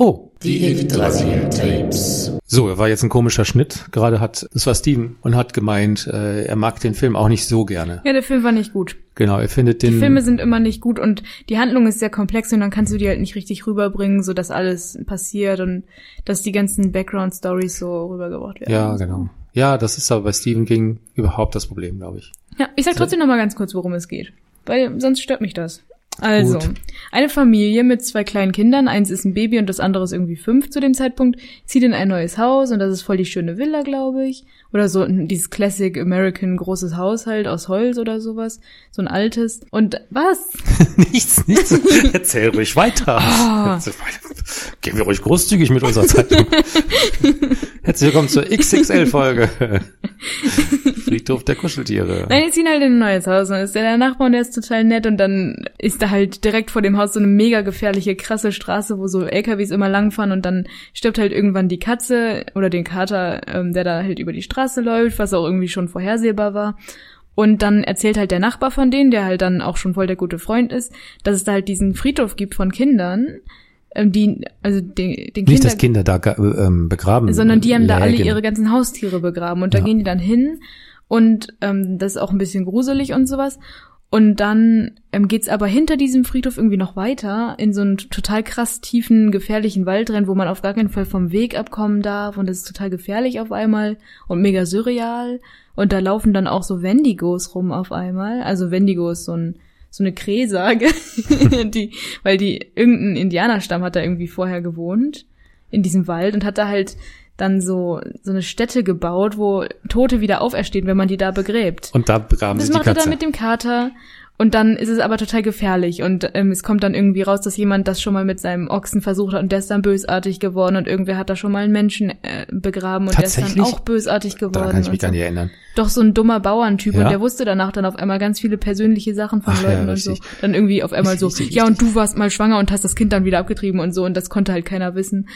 Speaker 2: Oh,
Speaker 3: Die Yggdrasil Tapes.
Speaker 2: so, war jetzt ein komischer Schnitt. Gerade hat, das war Steven und hat gemeint, äh, er mag den Film auch nicht so gerne.
Speaker 1: Ja, der Film war nicht gut.
Speaker 2: Genau, er findet den.
Speaker 1: Filme sind immer nicht gut und die Handlung ist sehr komplex und dann kannst du die halt nicht richtig rüberbringen, so dass alles passiert und dass die ganzen Background Stories so rübergebracht werden.
Speaker 2: ja, genau. Ja, das ist aber bei Stephen King überhaupt das Problem, glaube ich.
Speaker 1: Ja, ich sag trotzdem noch mal ganz kurz, worum es geht, weil sonst stört mich das. Also,
Speaker 2: Gut.
Speaker 1: eine Familie mit zwei kleinen Kindern, eins ist ein Baby und das andere ist irgendwie fünf zu dem Zeitpunkt, zieht in ein neues Haus und das ist voll die schöne Villa, glaube ich. Oder so ein- dieses Classic American großes Haus halt aus Holz oder sowas. So ein altes. Und was?
Speaker 2: nichts, nichts. Erzähl ruhig weiter.
Speaker 1: Ah.
Speaker 2: Gehen wir ruhig großzügig mit unserer Zeitung. Herzlich willkommen zur XXL-Folge. Friedhof der Kuscheltiere.
Speaker 1: Nein, die ziehen halt in ein neues Haus und dann ist der Nachbar und der ist total nett und dann ist da halt direkt vor dem Haus so eine mega gefährliche, krasse Straße, wo so LKWs immer langfahren und dann stirbt halt irgendwann die Katze oder den Kater, ähm, der da halt über die Straße läuft, was auch irgendwie schon vorhersehbar war. Und dann erzählt halt der Nachbar von denen, der halt dann auch schon voll der gute Freund ist, dass es da halt diesen Friedhof gibt von Kindern, ähm, die, also den, den
Speaker 2: Nicht,
Speaker 1: Kindern
Speaker 2: dass Kinder da ga- ähm, begraben
Speaker 1: sondern die haben da alle
Speaker 2: lägen.
Speaker 1: ihre ganzen Haustiere begraben und da
Speaker 2: Ja.
Speaker 1: gehen die dann hin und ähm, das ist auch ein bisschen gruselig und sowas. Und dann ähm, geht's aber hinter diesem Friedhof irgendwie noch weiter in so einen total krass tiefen, gefährlichen Wald rein, wo man auf gar keinen Fall vom Weg abkommen darf und das ist total gefährlich auf einmal und mega surreal. Und da laufen dann auch so Wendigos rum auf einmal. Also Wendigo ist so ein so eine Kräsage, die, weil die irgendein Indianerstamm hat da irgendwie vorher gewohnt in diesem Wald und hat da halt dann so so eine Stätte gebaut, wo Tote wieder auferstehen, wenn man die da begräbt.
Speaker 2: Und da begraben
Speaker 1: das
Speaker 2: sie die
Speaker 1: macht er dann
Speaker 2: Katze.
Speaker 1: mit dem Kater und dann ist es aber total gefährlich und ähm, es kommt dann irgendwie raus, dass jemand das schon mal mit seinem Ochsen versucht hat und der ist dann bösartig geworden und irgendwer hat da schon mal einen Menschen äh, begraben und der ist dann
Speaker 2: Tatsächlich?
Speaker 1: auch bösartig geworden.
Speaker 2: Daran kann ich mich
Speaker 1: und
Speaker 2: gar
Speaker 1: so.
Speaker 2: nicht erinnern.
Speaker 1: Doch so ein dummer Bauerntyp
Speaker 2: Ja.
Speaker 1: und der wusste danach dann auf einmal ganz viele persönliche Sachen von
Speaker 2: Ach ja,
Speaker 1: Leuten und so.
Speaker 2: richtig.
Speaker 1: Dann irgendwie auf einmal so,
Speaker 2: Richtig,
Speaker 1: ja und
Speaker 2: richtig.
Speaker 1: du warst mal schwanger und hast das Kind dann wieder abgetrieben und so und das konnte halt keiner wissen.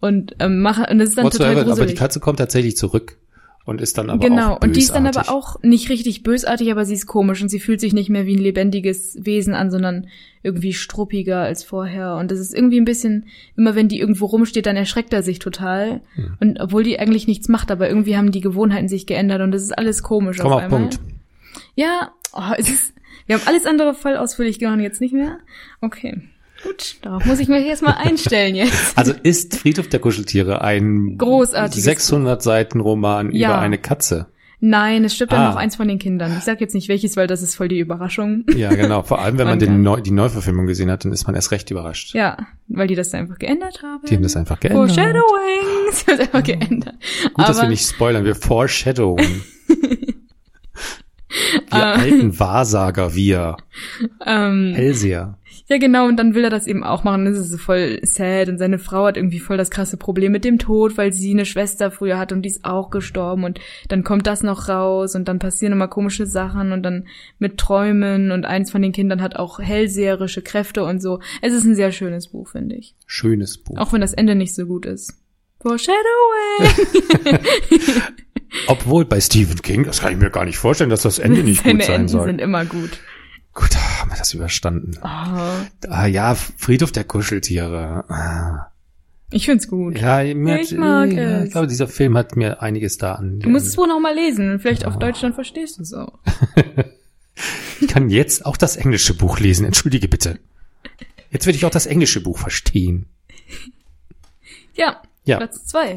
Speaker 1: Und ähm, mache und das ist dann total
Speaker 2: Whatsoever, aber die
Speaker 1: gruselig.
Speaker 2: Katze kommt tatsächlich zurück und ist dann aber
Speaker 1: genau
Speaker 2: auch
Speaker 1: und die ist dann aber
Speaker 2: bösartig.
Speaker 1: auch nicht richtig bösartig, aber sie ist komisch und sie fühlt sich nicht mehr wie ein lebendiges Wesen an, sondern irgendwie struppiger als vorher und das ist irgendwie ein bisschen immer wenn die irgendwo rumsteht, dann erschreckt er sich total und obwohl die eigentlich nichts macht, aber irgendwie haben die Gewohnheiten sich geändert und das ist alles komisch
Speaker 2: Komm
Speaker 1: auf
Speaker 2: auf
Speaker 1: einmal.
Speaker 2: Punkt.
Speaker 1: Ja, oh, es ist, wir haben alles andere voll ausführlich genommen, jetzt nicht mehr. Okay, gut, darauf muss ich mich erstmal einstellen jetzt.
Speaker 2: Also ist Friedhof der Kuscheltiere ein
Speaker 1: Großartiges
Speaker 2: 600 Seiten Roman
Speaker 1: Ja.
Speaker 2: über eine Katze.
Speaker 1: Nein, es stirbt
Speaker 2: Ah.
Speaker 1: ja noch eins von den Kindern. Ich sag jetzt nicht welches, weil das ist voll die Überraschung.
Speaker 2: Ja, genau. Vor allem, wenn man
Speaker 1: Man
Speaker 2: den
Speaker 1: kann-
Speaker 2: Neu die Neuverfilmung gesehen hat, dann ist man erst recht überrascht.
Speaker 1: Ja, weil die das einfach geändert haben.
Speaker 2: Die haben das einfach geändert.
Speaker 1: Foreshadowing! Sie haben es einfach geändert.
Speaker 2: Gut, dass wir
Speaker 1: Aber-
Speaker 2: nicht spoilern, wir foreshadowen. wir
Speaker 1: Ah.
Speaker 2: alten Wahrsager, wir.
Speaker 1: Ähm,
Speaker 2: Hellseher.
Speaker 1: Ja, genau, und dann will er das eben auch machen. Das ist so voll sad. Und seine Frau hat irgendwie voll das krasse Problem mit dem Tod, weil sie eine Schwester früher hatte und die ist auch gestorben. Und dann kommt das noch raus und dann passieren immer komische Sachen und dann mit Träumen und eins von den Kindern hat auch hellseherische Kräfte und so. Es ist ein sehr schönes Buch, finde ich.
Speaker 2: Schönes Buch.
Speaker 1: Auch wenn das Ende nicht so gut ist. Foreshadowing!
Speaker 2: Obwohl bei Stephen King, das kann ich mir gar nicht vorstellen, dass das Ende nicht
Speaker 1: Seine
Speaker 2: gut sein
Speaker 1: Enden
Speaker 2: soll.
Speaker 1: sind immer gut.
Speaker 2: Gut, haben wir das überstanden.
Speaker 1: Oh,
Speaker 2: Ah ja, Friedhof der Kuscheltiere. Ah.
Speaker 1: ich find's gut.
Speaker 2: Ja, mir
Speaker 1: Ich mag
Speaker 2: ja,
Speaker 1: es.
Speaker 2: ich glaube, dieser Film hat mir einiges da an.
Speaker 1: Du musst es wohl noch mal lesen. Vielleicht auf Deutsch, dann verstehst du es auch.
Speaker 2: Ich kann jetzt auch das englische Buch lesen, entschuldige bitte. Jetzt würde ich auch das englische Buch verstehen.
Speaker 1: Ja,
Speaker 2: Ja.
Speaker 1: Platz zwei.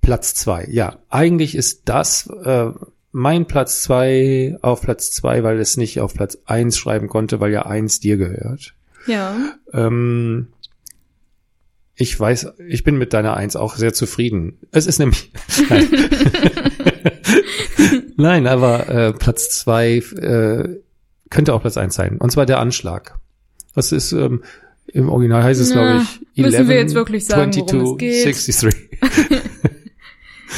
Speaker 2: Platz zwei. Ja, eigentlich ist das äh, mein Platz zwei auf Platz zwei, weil es nicht auf Platz eins schreiben konnte, weil ja eins dir gehört.
Speaker 1: Ja.
Speaker 2: Ähm, ich weiß, ich bin mit deiner Eins auch sehr zufrieden. Es ist nämlich. Nein, Nein aber äh, Platz zwei äh, könnte auch Platz eins sein. Und zwar der Anschlag. Das ist ähm, im Original heißt
Speaker 1: Na,
Speaker 2: es, glaube ich,
Speaker 1: müssen wir jetzt wirklich sagen, worum es geht?
Speaker 2: 63.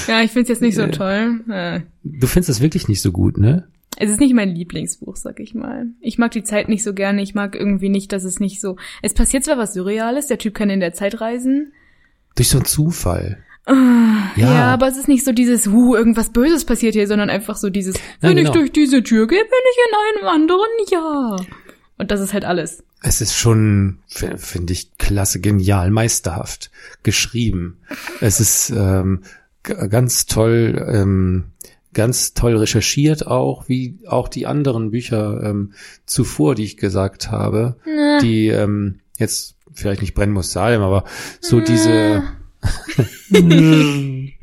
Speaker 1: Ja, ich find's jetzt nicht so
Speaker 2: Äh.
Speaker 1: toll. Äh.
Speaker 2: Du findest es wirklich nicht so gut, ne?
Speaker 1: Es ist nicht mein Lieblingsbuch, sag ich mal. Ich mag die Zeit nicht so gerne. Ich mag irgendwie nicht, dass es nicht so. Es passiert zwar was Surreales, der Typ kann in der Zeit reisen.
Speaker 2: Durch so einen Zufall.
Speaker 1: Ah, Ja, aber es ist nicht so dieses, huh, irgendwas Böses passiert hier, sondern einfach so dieses, wenn
Speaker 2: Nein, genau.
Speaker 1: ich durch diese Tür gehe, bin ich in einem anderen Jahr. Und das ist halt alles.
Speaker 2: Es ist schon, f- finde ich, klasse, genial, meisterhaft geschrieben. Es ist ähm, g- ganz toll, ähm, ganz toll recherchiert auch, wie auch die anderen Bücher ähm, zuvor, die ich gesagt habe, die ähm, jetzt vielleicht nicht brennen muss Salem, aber so diese. Nein,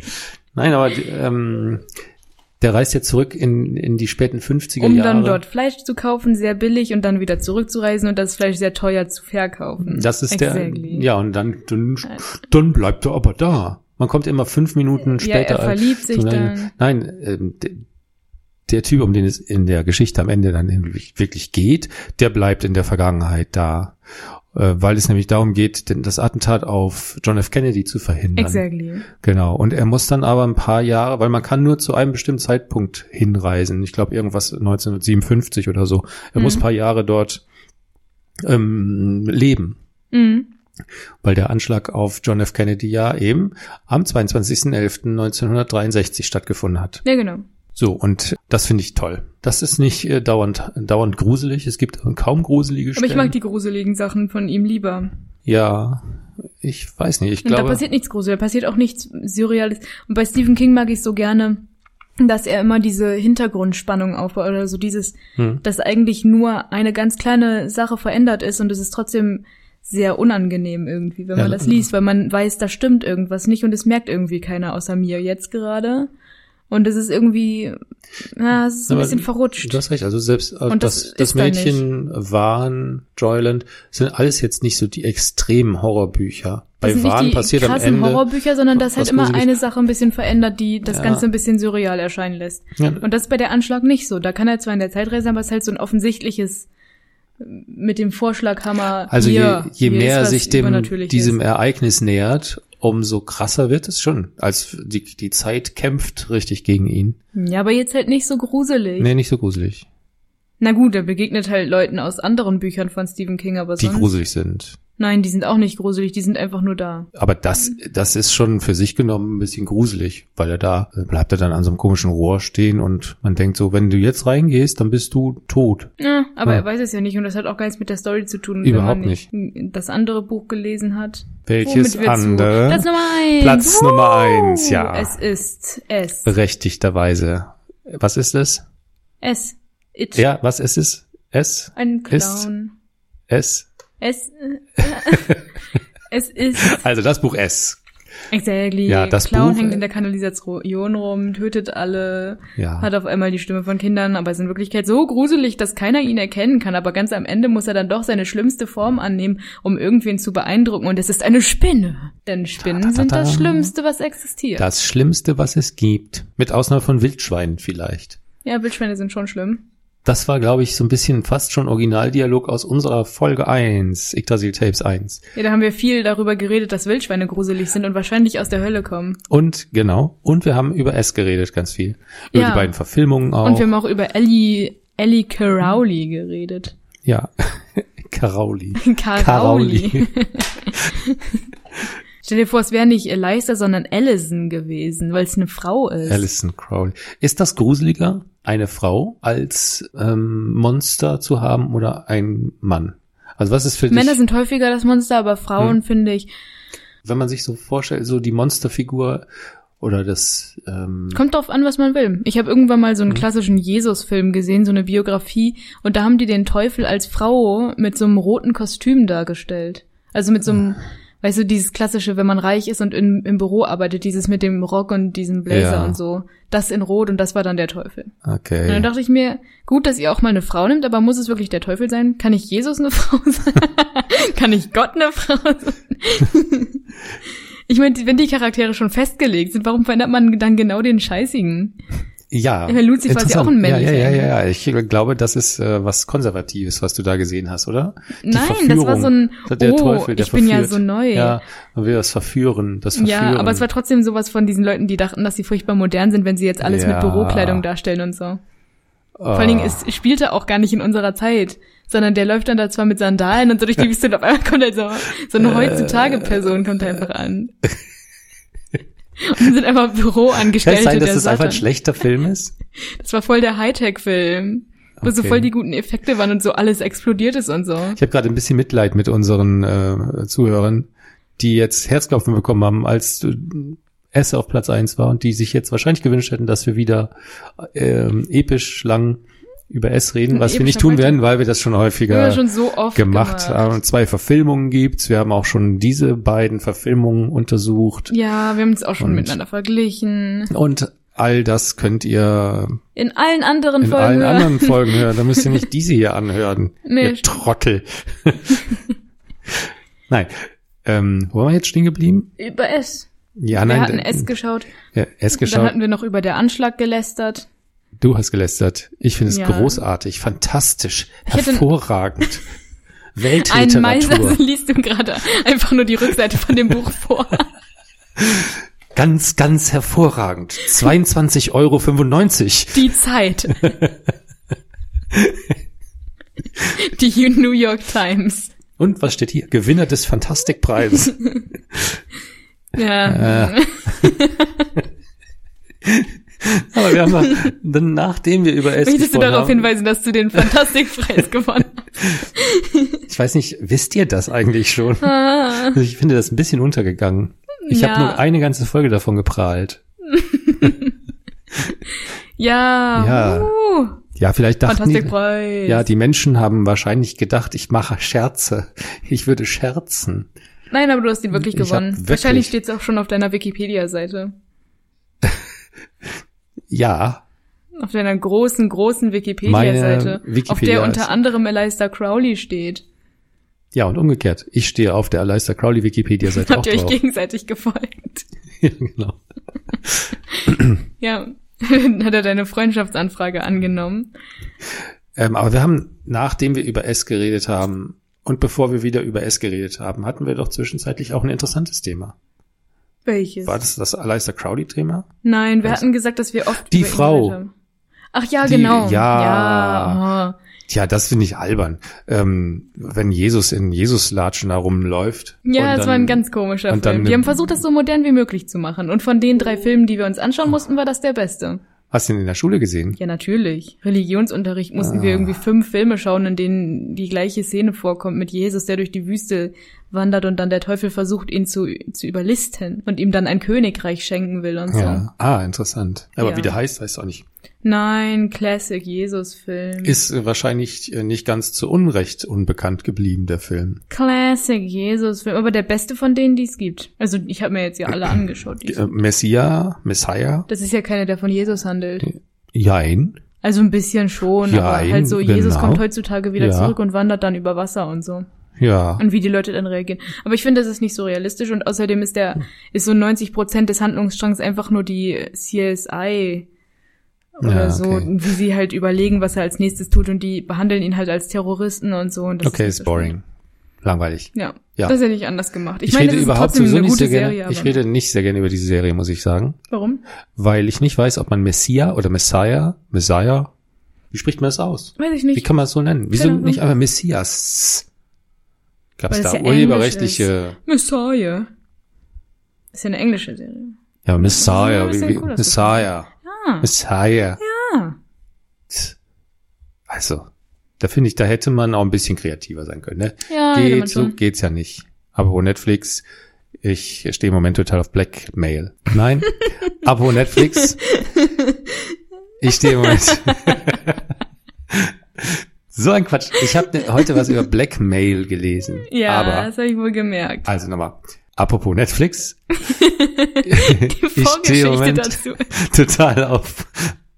Speaker 2: aber ähm, der reist ja zurück in, in die späten 50er
Speaker 1: um
Speaker 2: Jahre.
Speaker 1: dann dort Fleisch zu kaufen, sehr billig und dann wieder zurückzureisen und das Fleisch sehr teuer zu verkaufen.
Speaker 2: Das ist
Speaker 1: Exactly.
Speaker 2: der. Ja, und dann, dann, dann bleibt er aber da. Man kommt immer fünf Minuten
Speaker 1: Ja,
Speaker 2: später.
Speaker 1: er verliebt sich
Speaker 2: so lange-
Speaker 1: dann.
Speaker 2: Nein, ähm, der, der Typ, um den es in der Geschichte am Ende dann wirklich wirklich geht, der bleibt in der Vergangenheit da. Äh, weil es nämlich darum geht, den- das Attentat auf John F. Kennedy zu verhindern.
Speaker 1: Exactly.
Speaker 2: Genau. Und er muss dann aber ein paar Jahre, weil man kann nur zu einem bestimmten Zeitpunkt hinreisen. Ich glaube, irgendwas 1957 oder so. Er
Speaker 1: Mhm.
Speaker 2: muss ein paar Jahre dort ähm, leben
Speaker 1: Mhm.
Speaker 2: weil der Anschlag auf John F. Kennedy ja eben am 22.11.1963 stattgefunden hat.
Speaker 1: Ja, genau.
Speaker 2: So, und das finde ich toll. Das ist nicht äh, dauernd, dauernd gruselig. Es gibt kaum gruselige
Speaker 1: Aber
Speaker 2: Stellen.
Speaker 1: ich mag die gruseligen Sachen von ihm lieber.
Speaker 2: Ja, ich weiß nicht. Ich
Speaker 1: Und da
Speaker 2: glaube,
Speaker 1: passiert nichts Gruseliges, da passiert auch nichts Surreales. Und bei Stephen King mag ich so gerne, dass er immer diese Hintergrundspannung aufbaut oder so dieses,
Speaker 2: Hm.
Speaker 1: dass eigentlich nur eine ganz kleine Sache verändert ist und es ist trotzdem sehr unangenehm irgendwie, wenn
Speaker 2: Ja,
Speaker 1: man das
Speaker 2: ja.
Speaker 1: liest, weil man weiß, da stimmt irgendwas nicht und es merkt irgendwie keiner außer mir jetzt gerade. Und es ist irgendwie, na, es ist ein
Speaker 2: Aber
Speaker 1: bisschen verrutscht.
Speaker 2: du hast recht. Also selbst äh,
Speaker 1: Und das
Speaker 2: das, das,
Speaker 1: ist da
Speaker 2: Mädchen, Wahn, Joyland, sind alles jetzt nicht so die extremen Horrorbücher.
Speaker 1: Das
Speaker 2: Bei
Speaker 1: sind nicht
Speaker 2: Wahn
Speaker 1: die
Speaker 2: passiert am
Speaker 1: krassen
Speaker 2: Ende.
Speaker 1: Horrorbücher, sondern das
Speaker 2: was
Speaker 1: halt immer
Speaker 2: Gruseliges.
Speaker 1: eine Sache ein bisschen verändert, die das
Speaker 2: Ja.
Speaker 1: Ganze ein bisschen surreal erscheinen lässt.
Speaker 2: Ja.
Speaker 1: Und das ist bei der Anschlag nicht so. Da kann er zwar in der Zeit reisen, aber es ist halt so ein offensichtliches äh, mit dem Vorschlaghammer.
Speaker 2: Also
Speaker 1: hier,
Speaker 2: je, je
Speaker 1: hier ist
Speaker 2: mehr
Speaker 1: was
Speaker 2: sich dem,
Speaker 1: Übernatürliches.
Speaker 2: diesem Ereignis nähert, umso krasser wird es schon. Als die, die Zeit kämpft richtig gegen ihn.
Speaker 1: Ja, aber jetzt halt nicht so gruselig.
Speaker 2: Nee, nicht so gruselig.
Speaker 1: Na gut, er begegnet halt Leuten aus anderen Büchern von Stephen King, aber
Speaker 2: Die
Speaker 1: sonst.
Speaker 2: gruselig sind.
Speaker 1: Nein, die sind auch nicht gruselig, die sind einfach nur da.
Speaker 2: Aber das, das ist schon für sich genommen ein bisschen gruselig, weil er da äh, bleibt er dann an so einem komischen Rohr stehen und man denkt so, wenn du jetzt reingehst, dann bist du tot.
Speaker 1: Ja, aber
Speaker 2: Ja.
Speaker 1: er weiß es ja nicht und das hat auch gar nichts mit der Story zu tun.
Speaker 2: Überhaupt
Speaker 1: wenn man Das andere Buch gelesen hat. Womit
Speaker 2: Welches
Speaker 1: wir zu-
Speaker 2: andere
Speaker 1: Platz Nummer eins.
Speaker 2: Platz Nummer eins, ja.
Speaker 1: Es ist es.
Speaker 2: berechtigterweise. Was ist es?
Speaker 1: Es. It.
Speaker 2: Ja, was ist es? Es?
Speaker 1: Ein
Speaker 2: ist-
Speaker 1: Clown.
Speaker 2: Es?
Speaker 1: Es. äh, es ist.
Speaker 2: Also das Buch S.
Speaker 1: Exactly.
Speaker 2: Ja, das
Speaker 1: Clown
Speaker 2: Buch,
Speaker 1: hängt
Speaker 2: äh,
Speaker 1: in der Kanalisation rum, tötet alle,
Speaker 2: Ja.
Speaker 1: hat auf einmal die Stimme von Kindern, aber ist in Wirklichkeit so gruselig, dass keiner ihn erkennen kann. Aber ganz am Ende muss er dann doch seine schlimmste Form annehmen, um irgendwen zu beeindrucken. Und es ist eine Spinne. Denn Spinnen sind
Speaker 2: Ta-ta-ta-ta.
Speaker 1: das Schlimmste, was existiert.
Speaker 2: Das Schlimmste, was es gibt. Mit Ausnahme von Wildschweinen vielleicht.
Speaker 1: Ja, Wildschwäne sind schon schlimm.
Speaker 2: Das war, glaube ich, so ein bisschen fast schon Originaldialog aus unserer Folge 1, Yggdrasil Tapes 1.
Speaker 1: Ja, da haben wir viel darüber geredet, dass Wildschweine gruselig sind und wahrscheinlich aus der Hölle kommen.
Speaker 2: Und, genau, und wir haben über S geredet ganz viel. Über
Speaker 1: Ja.
Speaker 2: die beiden Verfilmungen auch.
Speaker 1: Und wir haben auch über Ellie, Ellie Carauli geredet.
Speaker 2: ja. Karauli.
Speaker 1: Carauli. Stell dir vor, es wäre nicht Eliza, sondern Allison gewesen, weil es eine Frau ist.
Speaker 2: Alison Crowley. Ist das gruseliger, eine Frau als ähm, Monster zu haben oder ein Mann? Also was ist Hm. für
Speaker 1: Männer
Speaker 2: dich,
Speaker 1: sind häufiger das Monster, aber Frauen finde ich.
Speaker 2: wenn man sich so vorstellt, so die Monsterfigur oder das ähm,
Speaker 1: Kommt drauf an, was man will. Ich habe irgendwann mal so
Speaker 2: Hm.
Speaker 1: einen klassischen Jesus-Film gesehen, so eine Biografie, und da haben die den Teufel als Frau mit so einem roten Kostüm dargestellt. Also mit so einem, weißt du, dieses klassische, wenn man reich ist und in, im Büro arbeitet, dieses mit dem Rock und diesem Blazer
Speaker 2: Ja.
Speaker 1: und so. Das in Rot und das war dann der Teufel.
Speaker 2: Okay.
Speaker 1: Und dann dachte ich mir, gut, dass ihr auch mal eine Frau nimmt, aber muss es wirklich der Teufel sein? Kann ich Jesus eine Frau sein? Kann ich Gott eine Frau sein? ich meine, die- wenn die Charaktere schon festgelegt sind, warum verändert man dann genau den Scheißigen?
Speaker 2: Ja.
Speaker 1: Herr Luzi war ja
Speaker 2: interessant.
Speaker 1: auch ein männlicher ne?
Speaker 2: Ja, ja, ja,
Speaker 1: Engel.
Speaker 2: ja. Ich glaube, das ist äh, was Konservatives, was du da gesehen hast, oder? Die
Speaker 1: Nein, das war so ein,
Speaker 2: Verführung. Der
Speaker 1: oh,
Speaker 2: Teufel, der
Speaker 1: ich bin ja
Speaker 2: verführt.
Speaker 1: so neu.
Speaker 2: Ja, man will das verführen, das verführen.
Speaker 1: Ja, aber es war trotzdem sowas von diesen Leuten, die dachten, dass sie furchtbar modern sind, wenn sie jetzt alles
Speaker 2: Ja.
Speaker 1: mit Bürokleidung darstellen und so.
Speaker 2: Ah.
Speaker 1: Vor allen Dingen, es spielte auch gar nicht in unserer Zeit, sondern der läuft dann da zwar mit Sandalen und so durch die Wüste und auf einmal kommt halt so, so eine heutzutage-Person kommt einfach an. Und sind einfach
Speaker 2: Kann es
Speaker 1: Büroangestellte
Speaker 2: sein, dass
Speaker 1: der
Speaker 2: das einfach ein
Speaker 1: Satan.
Speaker 2: schlechter Film ist?
Speaker 1: Das war voll der Hightech-Film. Wo so
Speaker 2: Okay.
Speaker 1: voll die guten Effekte waren und so alles explodiert ist und so.
Speaker 2: Ich habe gerade ein bisschen Mitleid mit unseren äh, Zuhörern, die jetzt Herzklopfen bekommen haben, als äh, S auf Platz 1 war und die sich jetzt wahrscheinlich gewünscht hätten, dass wir wieder ähm, episch lang über S reden,
Speaker 1: Ein
Speaker 2: was wir nicht
Speaker 1: epischer
Speaker 2: tun
Speaker 1: Beitrag.
Speaker 2: werden, weil wir das schon
Speaker 1: Wir
Speaker 2: häufiger
Speaker 1: haben schon so oft
Speaker 2: gemacht
Speaker 1: äh,
Speaker 2: haben. Zwei Verfilmungen gibt's. Wir haben auch schon diese beiden Verfilmungen untersucht.
Speaker 1: Ja, wir haben es auch schon
Speaker 2: Und-
Speaker 1: miteinander verglichen.
Speaker 2: Und all das könnt ihr
Speaker 1: In allen anderen
Speaker 2: in
Speaker 1: Folgen.
Speaker 2: allen anderen Folgen hören. Da müsst ihr nicht diese hier anhören.
Speaker 1: Nee,
Speaker 2: ihr
Speaker 1: stimmt.
Speaker 2: Trottel. nein. Ähm, wo waren wir jetzt stehen geblieben?
Speaker 1: über S.
Speaker 2: Ja,
Speaker 1: wir
Speaker 2: nein.
Speaker 1: hatten
Speaker 2: d-
Speaker 1: S geschaut.
Speaker 2: ja, S
Speaker 1: Dann
Speaker 2: geschaut.
Speaker 1: hatten wir noch über der Anschlag gelästert.
Speaker 2: Du hast gelästert. Ich finde es
Speaker 1: Ja.
Speaker 2: großartig, fantastisch,
Speaker 1: Ich hätte-
Speaker 2: hervorragend.
Speaker 1: Ein Meister
Speaker 2: Weltliteratur.
Speaker 1: liest ihm gerade einfach nur die Rückseite von dem Buch vor.
Speaker 2: Ganz, ganz hervorragend. 22,95 Euro.
Speaker 1: Die Zeit. die New York Times.
Speaker 2: Und was steht hier? Gewinner des Fantastikpreises.
Speaker 1: Ja.
Speaker 2: Ah, Aber wir haben mal, dann, nachdem wir über S
Speaker 1: Möchtest du
Speaker 2: gesprochen
Speaker 1: darauf
Speaker 2: haben,
Speaker 1: hinweisen, dass du den Fantastikpreis gewonnen
Speaker 2: ich weiß nicht, wisst ihr das eigentlich schon?
Speaker 1: hast?
Speaker 2: Also ich finde das ein bisschen untergegangen. Ich
Speaker 1: Ja.
Speaker 2: habe nur eine ganze Folge davon geprahlt.
Speaker 1: ja.
Speaker 2: Ja.
Speaker 1: Uh.
Speaker 2: Ja, vielleicht dachten die,
Speaker 1: Fantastikpreis.
Speaker 2: ja, die Menschen haben wahrscheinlich gedacht, ich mache Scherze. Ich würde scherzen.
Speaker 1: Nein, aber du hast ihn wirklich
Speaker 2: Ich hab
Speaker 1: gewonnen.
Speaker 2: wirklich-
Speaker 1: Wahrscheinlich steht's auch schon auf deiner Wikipedia-Seite.
Speaker 2: Ja,
Speaker 1: Auf deiner großen, großen Wikipedia-Seite.
Speaker 2: Meine Wikipedia
Speaker 1: auf der
Speaker 2: ist-
Speaker 1: unter anderem Eliza Crowley steht.
Speaker 2: ja und umgekehrt. Ich stehe auf der Aleister Crowley Wikipedia-Seite auch
Speaker 1: Habt ihr euch
Speaker 2: drauf.
Speaker 1: gegenseitig gefolgt?
Speaker 2: Ja, genau.
Speaker 1: Ja. Hat er deine Freundschaftsanfrage angenommen?
Speaker 2: Ähm, aber wir haben, nachdem wir über S geredet haben und bevor wir wieder über S geredet haben, hatten wir doch zwischenzeitlich auch ein interessantes Thema.
Speaker 1: Welches?
Speaker 2: War das das Aleister Crowley-Thema?
Speaker 1: Nein, wir
Speaker 2: Was?
Speaker 1: hatten gesagt, dass wir oft
Speaker 2: Also Die
Speaker 1: über ihn
Speaker 2: Frau.
Speaker 1: geredet haben. Ach ja,
Speaker 2: Die-
Speaker 1: genau.
Speaker 2: ja.
Speaker 1: ja. oh.
Speaker 2: Tja, das finde ich albern. Ähm, wenn Jesus in Jesuslatschen herumläuft.
Speaker 1: Ja,
Speaker 2: und
Speaker 1: es
Speaker 2: dann-
Speaker 1: war ein ganz komischer
Speaker 2: und dann
Speaker 1: Film.
Speaker 2: ne-
Speaker 1: Die haben versucht, das so modern wie möglich zu machen. Und von den drei Filmen, die wir uns anschauen mussten, war das der beste.
Speaker 2: Hast du ihn in der Schule gesehen?
Speaker 1: Ja, natürlich. Religionsunterricht mussten wir
Speaker 2: Ah.
Speaker 1: irgendwie fünf Filme schauen, in denen die gleiche Szene vorkommt mit Jesus, der durch die Wüste wandert und dann der Teufel versucht, ihn zu, zu überlisten und ihm dann ein Königreich schenken will und so.
Speaker 2: Ah, interessant. Aber
Speaker 1: Ja.
Speaker 2: wie der heißt, weiß ich auch nicht.
Speaker 1: Nein, Classic Jesus-Film.
Speaker 2: Ist äh, wahrscheinlich äh, nicht ganz zu Unrecht unbekannt geblieben, der Film.
Speaker 1: Classic Jesus-Film, aber der beste von denen, die es gibt. Also ich habe mir jetzt ja alle angeschaut. Die es
Speaker 2: Äh, Messia, Messiah?
Speaker 1: Das ist ja keiner, der von Jesus handelt.
Speaker 2: Jein.
Speaker 1: Also ein bisschen schon,
Speaker 2: Ja,
Speaker 1: aber halt so,
Speaker 2: genau.
Speaker 1: Jesus kommt heutzutage wieder
Speaker 2: Ja.
Speaker 1: zurück und wandert dann über Wasser und so.
Speaker 2: Ja.
Speaker 1: Und wie die Leute dann reagieren. Aber ich finde, das ist nicht so realistisch und außerdem ist
Speaker 2: Hm.
Speaker 1: der, ist so 90 Prozent des Handlungsstrangs einfach nur die CSI oder
Speaker 2: Ja,
Speaker 1: so,
Speaker 2: okay.
Speaker 1: wie sie halt überlegen, was er als nächstes tut und die behandeln ihn halt als Terroristen und so. Und das
Speaker 2: okay,
Speaker 1: nicht
Speaker 2: ist
Speaker 1: so
Speaker 2: boring. Langweilig.
Speaker 1: spannend. Ja,
Speaker 2: Ja.
Speaker 1: das hätte ich anders gemacht. Ich,
Speaker 2: Ich,
Speaker 1: meine,
Speaker 2: rede
Speaker 1: das ist
Speaker 2: überhaupt
Speaker 1: trotzdem
Speaker 2: sowieso
Speaker 1: eine
Speaker 2: nicht
Speaker 1: gute
Speaker 2: sehr gerne.
Speaker 1: Serie. Aber
Speaker 2: ich rede nicht sehr gerne über diese Serie, muss ich sagen.
Speaker 1: warum?
Speaker 2: Weil ich nicht weiß, ob man Messia oder Messiah, Messiah, wie spricht man das aus?
Speaker 1: Weiß ich
Speaker 2: Wie
Speaker 1: nicht.
Speaker 2: kann man das so nennen? Wieso
Speaker 1: Keine Ahnung.
Speaker 2: nicht einfach Messias? Gab es
Speaker 1: Weil es
Speaker 2: da
Speaker 1: ja
Speaker 2: urheberrechtliche?
Speaker 1: Messiah. Ist ja eine englische Serie.
Speaker 2: Ja, Messiah.
Speaker 1: Ja, ist ja
Speaker 2: wie- wie-
Speaker 1: cool, dass du
Speaker 2: Messiah.
Speaker 1: Ah.
Speaker 2: Messiah.
Speaker 1: Ah.
Speaker 2: Tz. Also, da finde ich, da hätte man auch ein bisschen kreativer sein können. Ne?
Speaker 1: Ah, Ja, hätte man
Speaker 2: Geht, so
Speaker 1: schon.
Speaker 2: geht's ja nicht. Abo Netflix. Ich stehe im Moment total auf Blackmail. Nein, Abo Netflix. Ich stehe im Moment. so ein Quatsch. Ich habe ne, heute was über Blackmail gelesen.
Speaker 1: Ja,
Speaker 2: aber
Speaker 1: das habe ich wohl gemerkt.
Speaker 2: also nochmal. Apropos Netflix.
Speaker 1: Die
Speaker 2: ich stehe im
Speaker 1: Vorgeschichte
Speaker 2: Moment
Speaker 1: dazu.
Speaker 2: total auf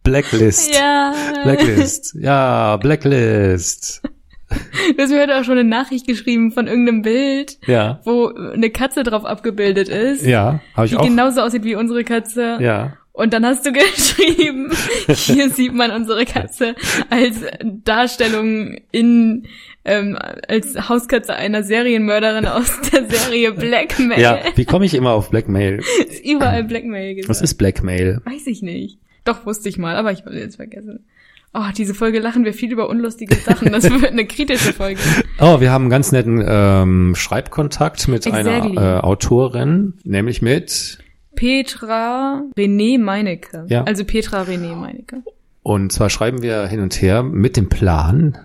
Speaker 2: Blacklist.
Speaker 1: Ja.
Speaker 2: Blacklist. Ja, Blacklist.
Speaker 1: Du hast mir heute auch schon eine Nachricht geschrieben von irgendeinem Bild,
Speaker 2: Ja.
Speaker 1: wo eine Katze drauf abgebildet ist,
Speaker 2: Ja, habe ich
Speaker 1: die
Speaker 2: auch.
Speaker 1: genauso aussieht wie unsere Katze.
Speaker 2: ja.
Speaker 1: Und dann hast du geschrieben, hier sieht man unsere Katze als Darstellung in, ähm, als Hauskatze einer Serienmörderin aus der Serie Blackmail.
Speaker 2: Ja, wie komme ich immer auf Blackmail?
Speaker 1: Ist überall Blackmail gesagt.
Speaker 2: Was ist Blackmail?
Speaker 1: Weiß ich nicht. Doch, wusste ich mal, aber ich habe jetzt vergessen. Oh, diese Folge lachen wir viel über unlustige Sachen. Das wird eine kritische Folge.
Speaker 2: Oh, wir haben einen ganz netten ähm, Schreibkontakt mit
Speaker 1: Exactly.
Speaker 2: einer äh, Autorin, nämlich mit
Speaker 1: Petra René Meinecke.
Speaker 2: Ja.
Speaker 1: Also Petra René Meinecke.
Speaker 2: Und zwar schreiben wir hin und her mit dem Plan.